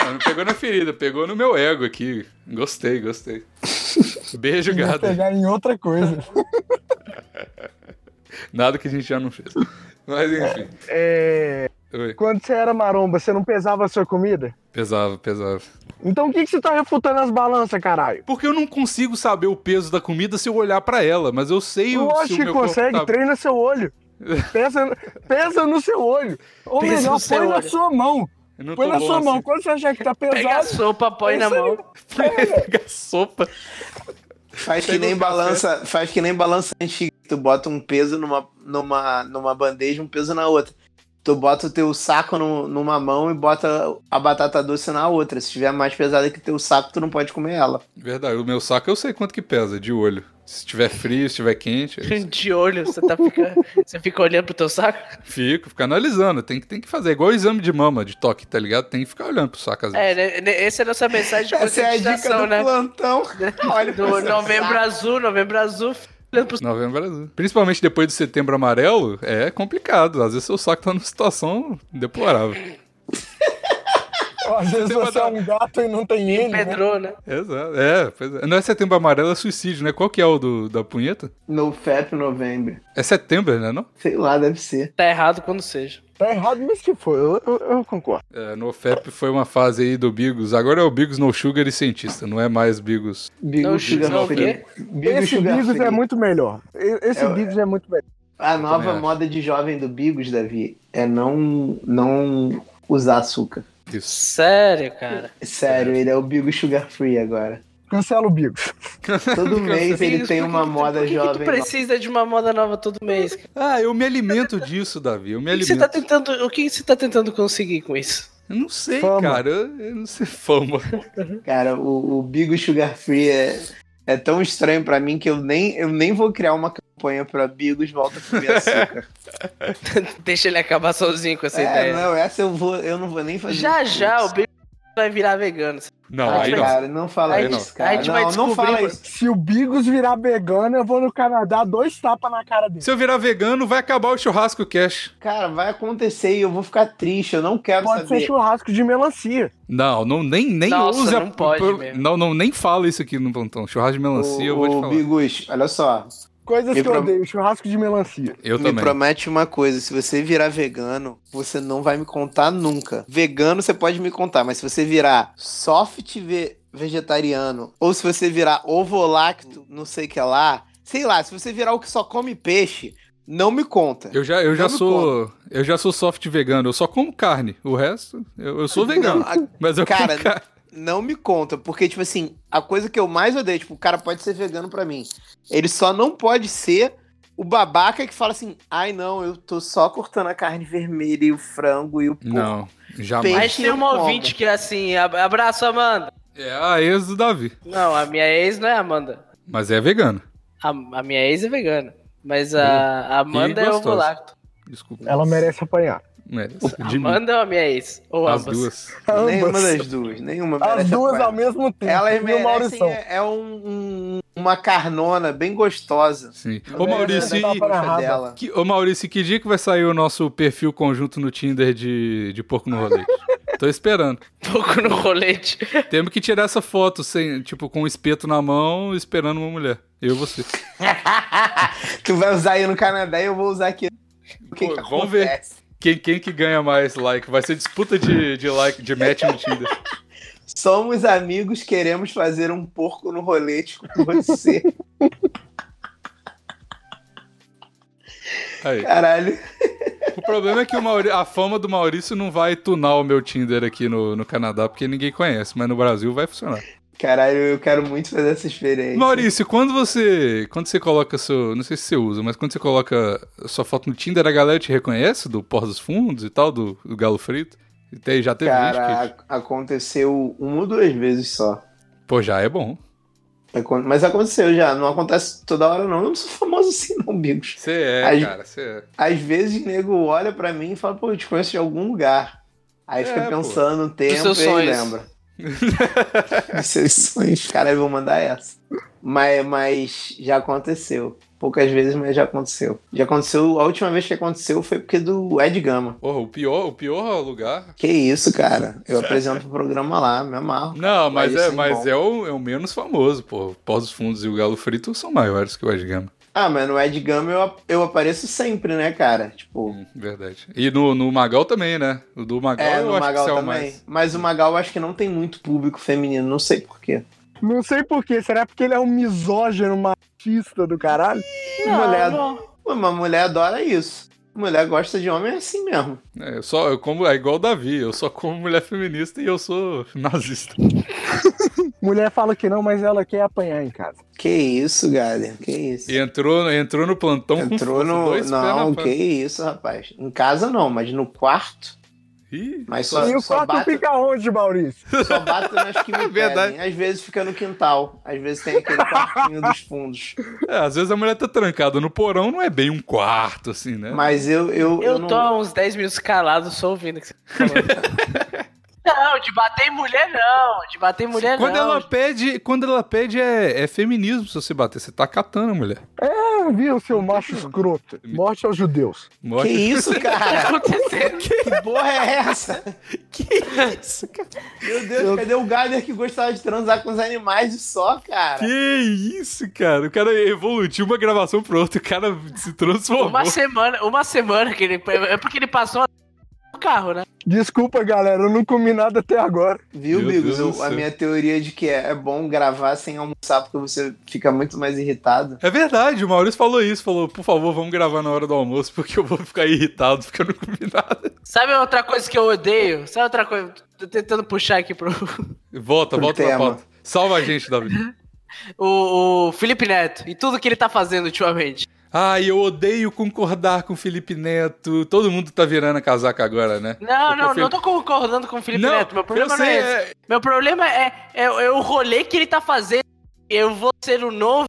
[SPEAKER 1] Ah, Não pegou na ferida, pegou no meu ego aqui. Gostei, gostei. Beijo,
[SPEAKER 3] Vai
[SPEAKER 1] gado.
[SPEAKER 3] pegar em outra coisa.
[SPEAKER 1] Nada que a gente já não fez. Mas enfim.
[SPEAKER 3] É,
[SPEAKER 1] Oi.
[SPEAKER 3] quando você era maromba, você não pesava a sua comida?
[SPEAKER 1] Pesava, pesava.
[SPEAKER 3] Então o que, que você tá refutando as balanças, caralho?
[SPEAKER 1] Porque eu não consigo saber o peso da comida se eu olhar pra ela, mas eu sei o- se o
[SPEAKER 3] Lógico que
[SPEAKER 1] meu corpo
[SPEAKER 3] consegue,
[SPEAKER 1] tá-
[SPEAKER 3] treina seu olho. Pesa, pesa no seu olho. Ou
[SPEAKER 4] Pesa
[SPEAKER 3] melhor,
[SPEAKER 4] no seu
[SPEAKER 3] põe na
[SPEAKER 4] olho.
[SPEAKER 3] sua mão.
[SPEAKER 1] Eu não
[SPEAKER 3] Põe
[SPEAKER 1] tô
[SPEAKER 3] na
[SPEAKER 1] bom
[SPEAKER 3] sua mão.
[SPEAKER 1] assim. *laughs*
[SPEAKER 3] Quando você achar que tá
[SPEAKER 4] Pega a
[SPEAKER 3] pesado,
[SPEAKER 4] sopa, põe na mão.
[SPEAKER 1] Pega sopa.
[SPEAKER 2] Faz que
[SPEAKER 1] Pega
[SPEAKER 2] nem
[SPEAKER 1] um café.
[SPEAKER 2] balança, faz que nem balança antiga. Tu bota um peso numa, numa, numa bandeja, um peso na outra. Tu bota o teu saco no- numa mão e bota a batata doce na outra. Se estiver mais pesada que teu saco, tu não pode comer ela.
[SPEAKER 1] Verdade, o meu saco eu sei quanto que pesa, de olho. Se estiver frio, se estiver quente, é
[SPEAKER 3] *laughs*
[SPEAKER 1] eu
[SPEAKER 4] *laughs* De olho, você tá ficando. Você fica olhando pro teu saco?
[SPEAKER 1] fico, fico analisando. Tem que, tem que fazer. É igual o exame de mama, de toque, tá ligado? Tem que ficar olhando pro saco às vezes.
[SPEAKER 4] É, né, né, essa é a nossa mensagem de
[SPEAKER 2] Essa é a dica
[SPEAKER 4] conscientização,
[SPEAKER 2] do
[SPEAKER 4] né?
[SPEAKER 2] plantão. Olha pro
[SPEAKER 4] Do
[SPEAKER 2] seu
[SPEAKER 4] novembro
[SPEAKER 2] saco.
[SPEAKER 4] azul, novembro azul. olhando pro-
[SPEAKER 1] *laughs* Novembro é Azul. Principalmente depois do setembro amarelo, é complicado. Às vezes seu saco tá numa situação deplorável.
[SPEAKER 3] ó, às vezes
[SPEAKER 1] Você
[SPEAKER 3] você é
[SPEAKER 1] vai
[SPEAKER 3] um gato e não tem
[SPEAKER 2] Uhum.
[SPEAKER 3] ele. né?
[SPEAKER 4] Pedrou, né?
[SPEAKER 1] Exato. É, pois é. Não é setembro amarelo, é suicídio, né? Qual que é o do, da punheta?
[SPEAKER 2] No FEP novembro.
[SPEAKER 1] É setembro, né? Não?
[SPEAKER 2] Sei lá, deve ser.
[SPEAKER 4] Tá errado quando seja.
[SPEAKER 3] Tá errado, mas que foi. Eu, eu- eu concordo.
[SPEAKER 1] É, no FEP foi uma fase aí do Bigos. Agora é o Bigos No Sugar e Cientista, não é mais Bigos.
[SPEAKER 2] Bigo
[SPEAKER 4] Não, não, o
[SPEAKER 2] Free.
[SPEAKER 4] quê?
[SPEAKER 2] Bigo
[SPEAKER 3] Esse
[SPEAKER 2] Sugar
[SPEAKER 3] Bigos
[SPEAKER 2] Free.
[SPEAKER 3] é muito melhor. E- Esse
[SPEAKER 2] É,
[SPEAKER 3] Bigos é muito melhor.
[SPEAKER 2] A nova
[SPEAKER 1] acho.
[SPEAKER 2] moda de jovem do Bigos, Davi, é não, não usar açúcar.
[SPEAKER 1] Isso.
[SPEAKER 4] Sério, cara.
[SPEAKER 2] Sério, ele é o Bigos Sugar Free agora.
[SPEAKER 3] Cancela o Bigos.
[SPEAKER 4] *laughs*
[SPEAKER 2] Todo mês ele
[SPEAKER 4] Por
[SPEAKER 2] tem
[SPEAKER 4] que
[SPEAKER 2] uma
[SPEAKER 4] que tu-
[SPEAKER 2] moda
[SPEAKER 4] por que
[SPEAKER 2] jovem.
[SPEAKER 4] Que tu
[SPEAKER 2] nova.
[SPEAKER 4] precisa de uma moda nova todo mês. cara?
[SPEAKER 1] Ah, eu me alimento disso, Davi. Eu me
[SPEAKER 4] O que, que você tá
[SPEAKER 1] alimento.
[SPEAKER 4] tentando, o que que você tá tentando conseguir com isso? *laughs*
[SPEAKER 1] Eu não sei,
[SPEAKER 3] Fama.
[SPEAKER 1] cara. Eu, eu não sei fama.
[SPEAKER 2] Cara, o, o Bigos Sugar Free é, é tão estranho pra mim que eu nem, eu nem vou criar uma campanha pra Bigos volta a comer açúcar.
[SPEAKER 4] Deixa ele acabar sozinho com *laughs* essa
[SPEAKER 2] é,
[SPEAKER 4] ideia.
[SPEAKER 2] não, essa eu, vou, eu não vou nem fazer.
[SPEAKER 4] já
[SPEAKER 2] isso.
[SPEAKER 4] já o Bigos vai virar vegano.
[SPEAKER 1] Não,
[SPEAKER 2] Ah,
[SPEAKER 1] aí não.
[SPEAKER 2] cara, não fala
[SPEAKER 1] Aí não.
[SPEAKER 2] isso, cara.
[SPEAKER 4] É A gente vai
[SPEAKER 2] não, não
[SPEAKER 4] descobrir,
[SPEAKER 2] fala
[SPEAKER 4] mano.
[SPEAKER 2] isso.
[SPEAKER 3] Se o Bigos virar vegano, eu vou no Canadá dois tapas na cara dele.
[SPEAKER 1] Se eu virar vegano, vai acabar o churrasco cash.
[SPEAKER 2] Cara, vai acontecer e eu vou ficar triste. Eu não quero
[SPEAKER 3] Pode
[SPEAKER 2] saber.
[SPEAKER 3] ser churrasco de melancia.
[SPEAKER 1] Não, não nem, nem
[SPEAKER 4] Nossa,
[SPEAKER 1] usa.
[SPEAKER 4] não pode mesmo.
[SPEAKER 1] Não, não, nem fala isso aqui no plantão. Churrasco de melancia, eu vou te
[SPEAKER 2] Ô,
[SPEAKER 1] falar.
[SPEAKER 2] Bigos, olha só.
[SPEAKER 3] Coisas
[SPEAKER 2] Me
[SPEAKER 3] que eu
[SPEAKER 2] pro-
[SPEAKER 3] odeio, churrasco de melancia.
[SPEAKER 1] Eu
[SPEAKER 2] me
[SPEAKER 1] também.
[SPEAKER 2] promete uma coisa: se você virar vegano, você não vai me contar nunca. Vegano você pode me contar, mas se você virar soft ve- vegetariano, ou se você virar ovolacto, não sei o que lá, sei lá, se você virar o que só come peixe, não me conta.
[SPEAKER 1] Eu já, eu já
[SPEAKER 2] Não me
[SPEAKER 1] sou. Eu já sou soft vegano, eu só como carne. O resto, eu, eu sou vegano.
[SPEAKER 2] Não, a-
[SPEAKER 1] mas eu
[SPEAKER 2] cara,
[SPEAKER 1] como carne.
[SPEAKER 2] não me conta, porque, tipo assim, a coisa que eu mais odeio, tipo, o cara pode ser vegano pra mim. Ele só não pode ser o babaca que fala assim, ai não, eu tô só cortando a carne vermelha e o frango e o porco.
[SPEAKER 1] Não,
[SPEAKER 4] um- A
[SPEAKER 1] jamais.
[SPEAKER 2] Peixe.
[SPEAKER 4] gente tem uma
[SPEAKER 2] Como?
[SPEAKER 4] ouvinte que é assim, ab- abraço, Amanda.
[SPEAKER 1] É a ex do Davi.
[SPEAKER 4] Não, a minha ex não é Amanda.
[SPEAKER 1] Mas é vegano.
[SPEAKER 4] A, a minha ex é vegana. Mas a, a Amanda é
[SPEAKER 1] gostosa.
[SPEAKER 4] ovo lacto.
[SPEAKER 1] Desculpa.
[SPEAKER 3] Ela merece apanhar.
[SPEAKER 1] Não é de mim.
[SPEAKER 4] Amanda ou a minha ex? Ou
[SPEAKER 1] As
[SPEAKER 4] ambas?
[SPEAKER 1] duas.
[SPEAKER 2] Nenhuma
[SPEAKER 3] Ambas.
[SPEAKER 2] das duas. Nenhuma
[SPEAKER 3] As
[SPEAKER 2] merece
[SPEAKER 3] duas
[SPEAKER 2] apoio.
[SPEAKER 3] ao mesmo tempo.
[SPEAKER 2] Elas
[SPEAKER 3] e o
[SPEAKER 2] merecem
[SPEAKER 3] Maurição.
[SPEAKER 2] é, é um- um- uma carnona bem gostosa.
[SPEAKER 1] Sim.
[SPEAKER 2] Eu
[SPEAKER 1] Ô
[SPEAKER 2] gosto
[SPEAKER 1] Maurício,
[SPEAKER 3] Tá
[SPEAKER 1] e-
[SPEAKER 3] pra raba.
[SPEAKER 2] dela.
[SPEAKER 1] que, ô Maurício, que dia que vai sair o nosso perfil conjunto no Tinder de, de porco no rolete? Tô esperando.
[SPEAKER 4] *laughs* Pouco no rolete.
[SPEAKER 1] Temos que tirar essa foto sem, tipo, com um espeto na mão, esperando uma mulher. Eu e você.
[SPEAKER 2] tu vai usar aí no Canadá e eu vou usar aqui. O que,
[SPEAKER 1] Pô,
[SPEAKER 2] que
[SPEAKER 1] vamos ver.
[SPEAKER 2] acontece?
[SPEAKER 1] Quem, quem que ganha mais like? Vai ser disputa de, de like, de match no Tinder.
[SPEAKER 2] Somos amigos, queremos fazer um porco no rolete com
[SPEAKER 1] *laughs*
[SPEAKER 2] você.
[SPEAKER 1] Aí.
[SPEAKER 2] Caralho.
[SPEAKER 1] O problema é que o Mauri- a fama do Maurício não vai tunar o meu Tinder aqui no, no Canadá, porque ninguém conhece, mas no Brasil vai funcionar.
[SPEAKER 2] Caralho, eu quero muito fazer essa experiência.
[SPEAKER 1] Maurício, quando você. Quando você coloca seu. Não sei se você usa, mas quando você coloca sua foto no Tinder, a galera te reconhece do Por dos Fundos e tal, do, do Galo Frito. E tem, já teve
[SPEAKER 2] Cara,
[SPEAKER 1] gente
[SPEAKER 2] a- aconteceu uma ou duas vezes só.
[SPEAKER 1] que. Pô, já é bom.
[SPEAKER 2] Acon- Mas aconteceu já, não acontece toda hora não. Eu não sou famoso assim não, Bigos.
[SPEAKER 1] Você é,
[SPEAKER 2] Aí-
[SPEAKER 1] cara, você é.
[SPEAKER 2] Às vezes o nego olha pra mim e fala, pô, eu te conheço de algum lugar. Aí
[SPEAKER 1] É,
[SPEAKER 2] fica
[SPEAKER 1] pô.
[SPEAKER 2] pensando um tempo
[SPEAKER 4] seus
[SPEAKER 2] e aí
[SPEAKER 4] sonhos.
[SPEAKER 2] lembra.
[SPEAKER 4] *laughs*
[SPEAKER 2] Dos seus sonhos, cara, eu vou mandar essa. Mas, mas já aconteceu. Poucas vezes, mas já aconteceu. Já aconteceu, a última vez que aconteceu foi porque do Ed Gama.
[SPEAKER 1] Porra, o pior, o pior lugar.
[SPEAKER 2] Que isso, cara. Eu apresento o programa lá, me amarro.
[SPEAKER 1] Não, mas,
[SPEAKER 2] Mas
[SPEAKER 1] é,
[SPEAKER 2] isso é
[SPEAKER 1] mas
[SPEAKER 2] bom.
[SPEAKER 1] é, o, é o menos famoso, pô. O Pós dos Fundos e o Galo Frito são maiores que o Ed Gama.
[SPEAKER 2] Ah, mas no Ed Gama eu, eu apareço sempre, né, cara? Tipo,
[SPEAKER 1] Hum, Verdade. E no, no Magal também, né? O do Magal
[SPEAKER 2] é,
[SPEAKER 1] eu
[SPEAKER 2] no
[SPEAKER 1] acho
[SPEAKER 2] Magal
[SPEAKER 1] que saiu
[SPEAKER 2] também.
[SPEAKER 1] mais.
[SPEAKER 2] Mas o Magal eu acho que não tem muito público feminino, não sei porquê.
[SPEAKER 3] Não sei porquê. Será porque ele é um misógino, machista do caralho?
[SPEAKER 2] mulher,
[SPEAKER 4] não.
[SPEAKER 2] Uma mulher adora isso. Mulher gosta de homem é assim mesmo.
[SPEAKER 1] É, eu só, eu como, é igual o Davi, eu só como mulher feminista e eu sou *laughs* nazista.
[SPEAKER 3] Mulher fala que não, mas ela quer apanhar em casa.
[SPEAKER 2] Que isso, Gader, que isso.
[SPEAKER 1] E entrou, entrou no plantão
[SPEAKER 2] *laughs*
[SPEAKER 1] com
[SPEAKER 2] Entrou
[SPEAKER 1] força,
[SPEAKER 2] no.
[SPEAKER 1] dois pés
[SPEAKER 2] Não,
[SPEAKER 1] na
[SPEAKER 2] que
[SPEAKER 1] pan-
[SPEAKER 2] isso, rapaz. Em casa não, mas no quarto.
[SPEAKER 1] Ih,
[SPEAKER 2] Mas só,
[SPEAKER 3] E o
[SPEAKER 2] só,
[SPEAKER 3] quarto é um
[SPEAKER 2] bato,
[SPEAKER 3] fica onde, Maurício?
[SPEAKER 2] só bato
[SPEAKER 1] *laughs*
[SPEAKER 2] nas que me
[SPEAKER 1] É Verdade.
[SPEAKER 2] pedem. Às vezes fica no quintal. Às vezes tem aquele quartinho dos fundos.
[SPEAKER 1] é, às vezes a mulher tá trancada no porão, não é bem um quarto, assim, né?
[SPEAKER 2] Mas eu. Eu,
[SPEAKER 4] Eu
[SPEAKER 2] não-
[SPEAKER 4] tô há uns 10 minutos calado, só ouvindo o que você tá falando. *laughs* Não, de bater em mulher não. De bater em
[SPEAKER 2] é
[SPEAKER 4] mulher
[SPEAKER 1] quando
[SPEAKER 4] não. *laughs*
[SPEAKER 1] ela pede, quando ela pede é, é feminismo se você bater. Você tá catando a mulher.
[SPEAKER 3] Ah, viu, seu macho escroto. Morte aos judeus.
[SPEAKER 2] Que
[SPEAKER 1] Mostra-
[SPEAKER 2] isso,
[SPEAKER 1] *laughs*
[SPEAKER 4] O que
[SPEAKER 2] cara?
[SPEAKER 4] tá acontecendo?
[SPEAKER 2] Que porra é essa?
[SPEAKER 1] Que isso, cara?
[SPEAKER 2] Meu Deus, cadê o Gader que gostava de transar com os animais e só, cara?
[SPEAKER 1] Que isso, cara? O cara evoluiu de uma gravação pro outro, o cara se transformou.
[SPEAKER 4] Uma semana, uma semana que ele. É porque ele passou *laughs* no carro, né?
[SPEAKER 3] Desculpa, galera, eu não comi nada até agora.
[SPEAKER 2] Viu,
[SPEAKER 1] Meu Deus
[SPEAKER 2] Bigos?
[SPEAKER 1] do
[SPEAKER 2] Eu- a
[SPEAKER 1] céu.
[SPEAKER 2] minha teoria de que é, é bom gravar sem almoçar porque você fica muito mais irritado.
[SPEAKER 1] É verdade, o Maurício falou isso, falou, por favor, vamos gravar na hora do almoço, porque eu vou ficar irritado, porque eu não comi nada.
[SPEAKER 4] Sabe outra coisa que eu odeio? Sabe outra coisa? Tô tentando puxar aqui pro. *laughs*
[SPEAKER 1] Volta, volta
[SPEAKER 2] Pro
[SPEAKER 1] pra
[SPEAKER 2] tema.
[SPEAKER 1] pauta. Salva a gente, Davi.
[SPEAKER 4] O, o Felipe Neto e tudo que ele tá fazendo ultimamente.
[SPEAKER 1] Ai, eu odeio concordar com o Felipe Neto. Todo mundo tá virando a casaca agora, né?
[SPEAKER 4] Não,
[SPEAKER 1] Porque o
[SPEAKER 4] não,
[SPEAKER 1] Felipe-
[SPEAKER 4] não tô concordando com o Felipe
[SPEAKER 1] Não,
[SPEAKER 4] Neto. Meu problema
[SPEAKER 1] eu sei,
[SPEAKER 4] não é esse. Meu problema é, é, é o rolê que ele tá fazendo. Eu vou ser o novo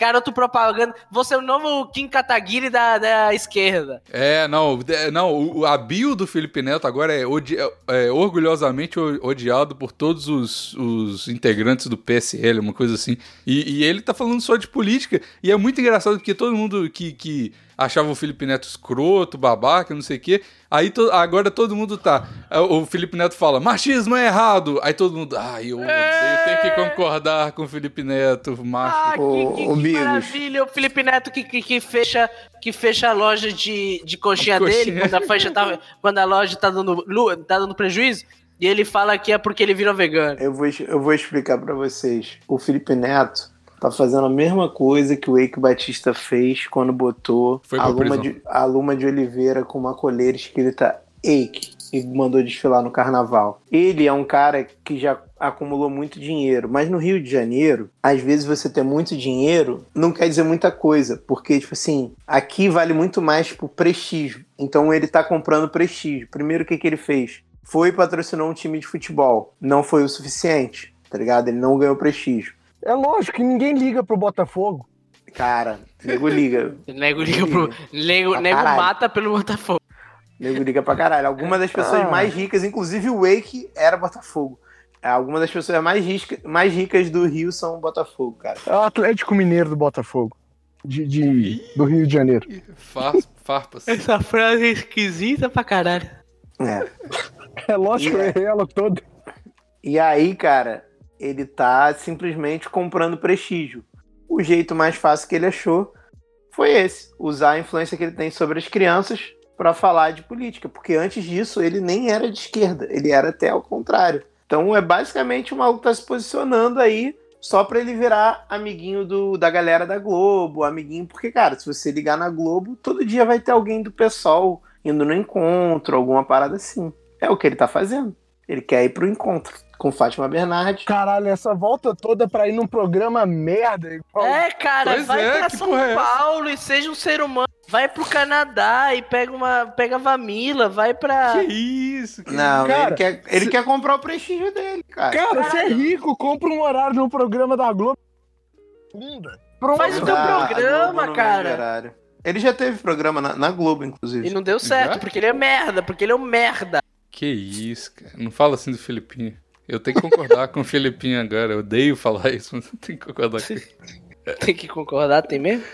[SPEAKER 4] garoto propaganda. Vou ser o novo Kim Kataguiri da, da esquerda.
[SPEAKER 1] É, não, é, não, o- o- a bio do Felipe Neto agora é, odi- é, orgulhosamente o- odiado por todos os, os integrantes do PSL, uma coisa assim. E, e ele tá falando só de política. E é muito engraçado porque todo mundo que, que achava o Felipe Neto escroto, babaca, não sei o quê. Aí to- agora todo mundo tá. é, O Felipe Neto fala, machismo é errado. Aí todo mundo, ai, eu, eu tenho que concordar com o Felipe Neto, macho.
[SPEAKER 4] Ah, que,
[SPEAKER 2] Ô,
[SPEAKER 4] que-
[SPEAKER 2] ô,
[SPEAKER 4] que
[SPEAKER 2] Bigos.
[SPEAKER 4] maravilha! O Felipe Neto que, que, que fecha, que fecha a loja de, de coxinha,
[SPEAKER 1] A coxinha.
[SPEAKER 4] dele quando a, faixa *laughs* tá, quando a loja tá dando, lu- tá dando prejuízo. E ele fala que é porque ele virou vegano.
[SPEAKER 2] Eu vou, eu vou explicar pra vocês. O Felipe Neto tá fazendo a mesma coisa que o Eike Batista fez quando botou
[SPEAKER 1] Foi
[SPEAKER 2] a
[SPEAKER 1] pra
[SPEAKER 2] Luma,
[SPEAKER 1] prisão.
[SPEAKER 2] de, a Luma de Oliveira com uma coleira escrita Eike e mandou desfilar no carnaval. Ele é um cara que já acumulou muito dinheiro, mas no Rio de Janeiro, às vezes você ter muito dinheiro não quer dizer muita coisa, porque tipo assim, aqui vale muito mais tipo prestígio. Então ele tá comprando prestígio. Primeiro o que que ele fez? Foi e patrocinou um time de futebol. Não foi o suficiente, tá ligado? Ele não ganhou prestígio.
[SPEAKER 3] É lógico que ninguém liga pro Botafogo.
[SPEAKER 2] Cara, nego liga.
[SPEAKER 1] *laughs*
[SPEAKER 4] Nego, liga pro, nego,
[SPEAKER 2] Pra
[SPEAKER 4] nego
[SPEAKER 2] caralho.
[SPEAKER 4] mata pelo Botafogo.
[SPEAKER 2] Nego liga pra caralho. Algumas das pessoas
[SPEAKER 5] Ah.
[SPEAKER 2] mais ricas, inclusive o Wake era Botafogo. Algumas das pessoas mais, risca, mais ricas do Rio são Botafogo, cara.
[SPEAKER 5] É o Atlético Mineiro do Botafogo. De, de- do Rio de Janeiro.
[SPEAKER 1] Ih, far- Farpas.
[SPEAKER 4] Essa frase é esquisita pra caralho.
[SPEAKER 2] É.
[SPEAKER 5] É lógico, eu errei ela toda.
[SPEAKER 2] E aí, cara, ele tá simplesmente comprando prestígio. O jeito mais fácil que ele achou foi esse: usar a influência que ele tem sobre as crianças pra falar de política. Porque antes disso, ele nem era de esquerda, ele era até ao contrário. Então é basicamente o maluco tá se posicionando aí só pra ele virar amiguinho do, da galera da Globo, amiguinho, porque, cara, se você ligar na Globo, todo dia vai ter alguém do pessoal indo no encontro, alguma parada assim. É o que ele tá fazendo. Ele quer ir pro encontro com Fátima Bernardes.
[SPEAKER 5] Caralho, essa volta toda pra ir num programa merda. Igual...
[SPEAKER 4] É, cara,
[SPEAKER 1] Pois
[SPEAKER 4] vai
[SPEAKER 1] é,
[SPEAKER 4] pra
[SPEAKER 1] que
[SPEAKER 4] São
[SPEAKER 1] porra é essa?
[SPEAKER 4] Paulo e seja um ser humano. Vai pro Canadá e pega uma. Pega a Vamila, vai pra.
[SPEAKER 1] *laughs* Que isso? Que...
[SPEAKER 2] Não,
[SPEAKER 5] Cara,
[SPEAKER 2] ele, quer, ele
[SPEAKER 5] se-
[SPEAKER 2] quer comprar o prestígio dele, cara.
[SPEAKER 5] Cara, você é rico, compra um horário num programa da Globo. Linda. Pronto.
[SPEAKER 4] Faz o teu
[SPEAKER 2] Ah, a
[SPEAKER 4] programa,
[SPEAKER 2] Globo não
[SPEAKER 4] cara.
[SPEAKER 2] vende horário. Ele já teve programa na, na Globo, inclusive.
[SPEAKER 4] E não deu certo,
[SPEAKER 1] Já?
[SPEAKER 4] porque ele é merda, porque ele é um merda.
[SPEAKER 1] que isso, cara. Não fala assim do Felipinho. Eu tenho que concordar com o Felipinho agora. Eu odeio falar isso, mas eu tenho que concordar com ele.
[SPEAKER 4] Tem que concordar, tem mesmo?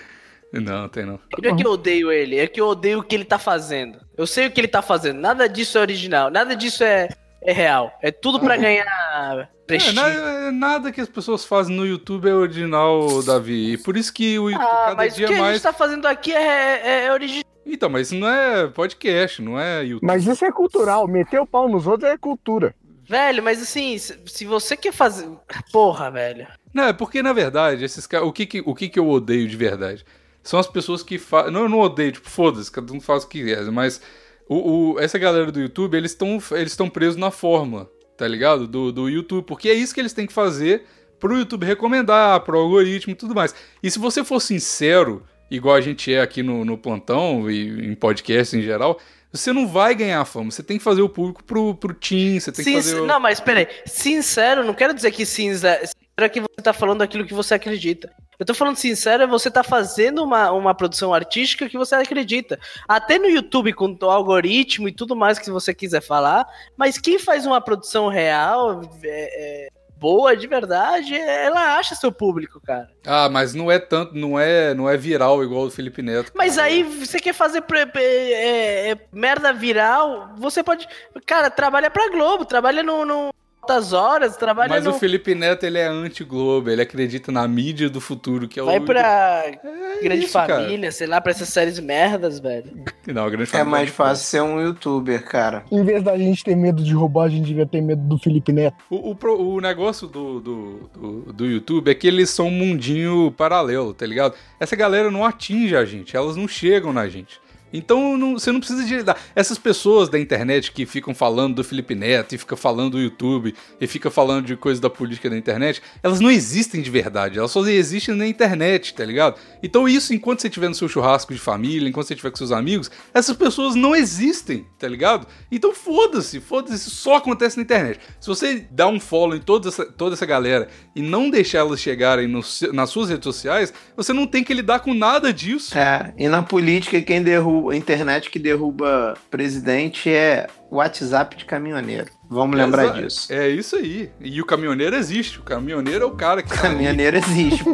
[SPEAKER 1] Não, tem não.
[SPEAKER 4] E Não é que eu odeio ele, é que eu odeio o que ele tá fazendo. Eu sei o que ele tá fazendo, nada disso é original, nada disso é, é real. É tudo pra ganhar
[SPEAKER 1] Uhum. É,
[SPEAKER 4] prestígio.
[SPEAKER 1] na- é, nada que as pessoas fazem no YouTube é original, Davi. E por isso que o YouTube
[SPEAKER 4] Ah,
[SPEAKER 1] cada
[SPEAKER 4] mas o que
[SPEAKER 1] dia
[SPEAKER 4] a
[SPEAKER 1] mais.
[SPEAKER 4] gente tá fazendo aqui é, é- é original.
[SPEAKER 1] Então, mas isso não é podcast, não é YouTube.
[SPEAKER 5] Mas isso é cultural. Meter o pau nos outros é cultura.
[SPEAKER 4] Velho, mas assim, se se você quer fazer. Porra, velho.
[SPEAKER 1] Não, é porque, na verdade, esses caras. O, que, que, o que, que eu odeio de verdade? São as pessoas que fazem. Não, eu não odeio, tipo, foda-se, cada um faz o que quiser, mas o, o- essa galera do YouTube, eles estão eles estão presos na forma, tá ligado? Do, do YouTube, porque é isso que eles têm que fazer pro YouTube recomendar, pro algoritmo e tudo mais. E se você for sincero, igual a gente é aqui no, no plantão e em podcast em geral, você não vai ganhar fama. Você tem que fazer o público pro, pro Team, você tem que
[SPEAKER 4] Sin-
[SPEAKER 1] fazer. o-
[SPEAKER 4] Não, mas peraí. Sincero, não quero dizer que cinza. Será que você tá falando aquilo que você acredita? Eu tô falando sincero, é você tá fazendo uma, uma produção artística que você acredita. Até no YouTube, com o algoritmo e tudo mais que você quiser falar, mas quem faz uma produção real, é- é, boa, de verdade, é- ela acha seu público, cara.
[SPEAKER 1] Ah, mas não é tanto, não é, não é viral igual o Felipe Neto.
[SPEAKER 4] Mas aí você quer fazer pre- pre- é, é, merda viral, você pode. Cara, trabalha pra Globo, trabalha no. no altas horas, trabalha
[SPEAKER 1] Mas
[SPEAKER 4] no.
[SPEAKER 1] o Felipe Neto, ele é anti-Globo, ele acredita na mídia do futuro, que é o...
[SPEAKER 4] Vai pra
[SPEAKER 1] É
[SPEAKER 4] Grande
[SPEAKER 1] isso, cara.
[SPEAKER 4] Família, sei lá, pra essas séries merdas, velho.
[SPEAKER 1] Não, Grande
[SPEAKER 2] É
[SPEAKER 1] Família.
[SPEAKER 2] mais fácil ser um youtuber, cara.
[SPEAKER 5] Em vez da gente ter medo de roubar, a gente devia ter medo do Felipe Neto.
[SPEAKER 1] O, o pro- o negócio do, do, do, do YouTube é que eles são um mundinho paralelo, tá ligado? Essa galera não atinge a gente, elas não chegam na gente. Então não- você não precisa de lidar. Essas pessoas da internet que ficam falando do Felipe Neto e fica falando do YouTube e fica falando de coisas da política da internet, elas não existem de verdade, elas só existem na internet, tá ligado? Então isso enquanto você estiver no seu churrasco de família, enquanto você estiver com seus amigos, essas pessoas não existem, tá ligado? Então foda-se, foda-se, isso só acontece na internet. Se você dá um follow em toda essa, toda essa galera e não deixar elas chegarem no se- nas suas redes sociais, você não tem que lidar com nada disso.
[SPEAKER 2] É, e na política, quem derruba, a internet que derruba presidente é WhatsApp de caminhoneiro. Vamos lembrar
[SPEAKER 1] Exa-
[SPEAKER 2] disso.
[SPEAKER 1] É isso aí. E o caminhoneiro existe. O caminhoneiro é o cara que. tá ali.
[SPEAKER 2] Caminhoneiro existe.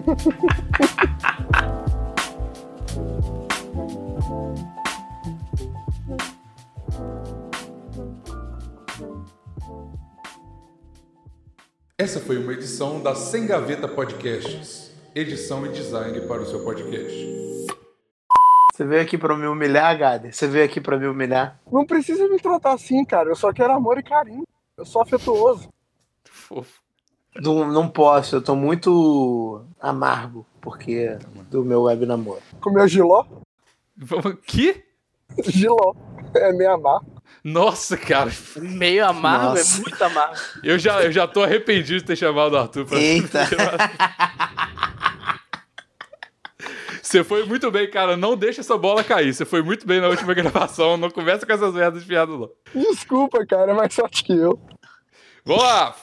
[SPEAKER 1] Essa foi uma edição da Sem Gaveta Podcasts. Edição e design para o seu podcast.
[SPEAKER 2] Você veio aqui pra me humilhar, Gader? Você veio aqui pra me humilhar?
[SPEAKER 5] Não precisa me tratar assim, cara. Eu só quero amor e carinho. Eu sou afetuoso.
[SPEAKER 1] Fofo.
[SPEAKER 2] Não, não posso, eu tô muito amargo, porque do meu web namoro.
[SPEAKER 5] Com meu giló. *laughs*
[SPEAKER 1] Vamos aqui?
[SPEAKER 5] Giló. É me amar.
[SPEAKER 1] Nossa, cara.
[SPEAKER 4] Meio amargo,
[SPEAKER 2] Nossa.
[SPEAKER 4] é muito amargo.
[SPEAKER 1] Eu já, eu já tô arrependido de ter chamado o Arthur pra
[SPEAKER 2] Eita.
[SPEAKER 1] Você foi muito bem, cara. Não deixa essa bola cair. Você foi muito bem na última *laughs* gravação. Não conversa com essas merdas de piada, não.
[SPEAKER 5] Desculpa, cara, é mais forte que eu.
[SPEAKER 1] Vamos lá!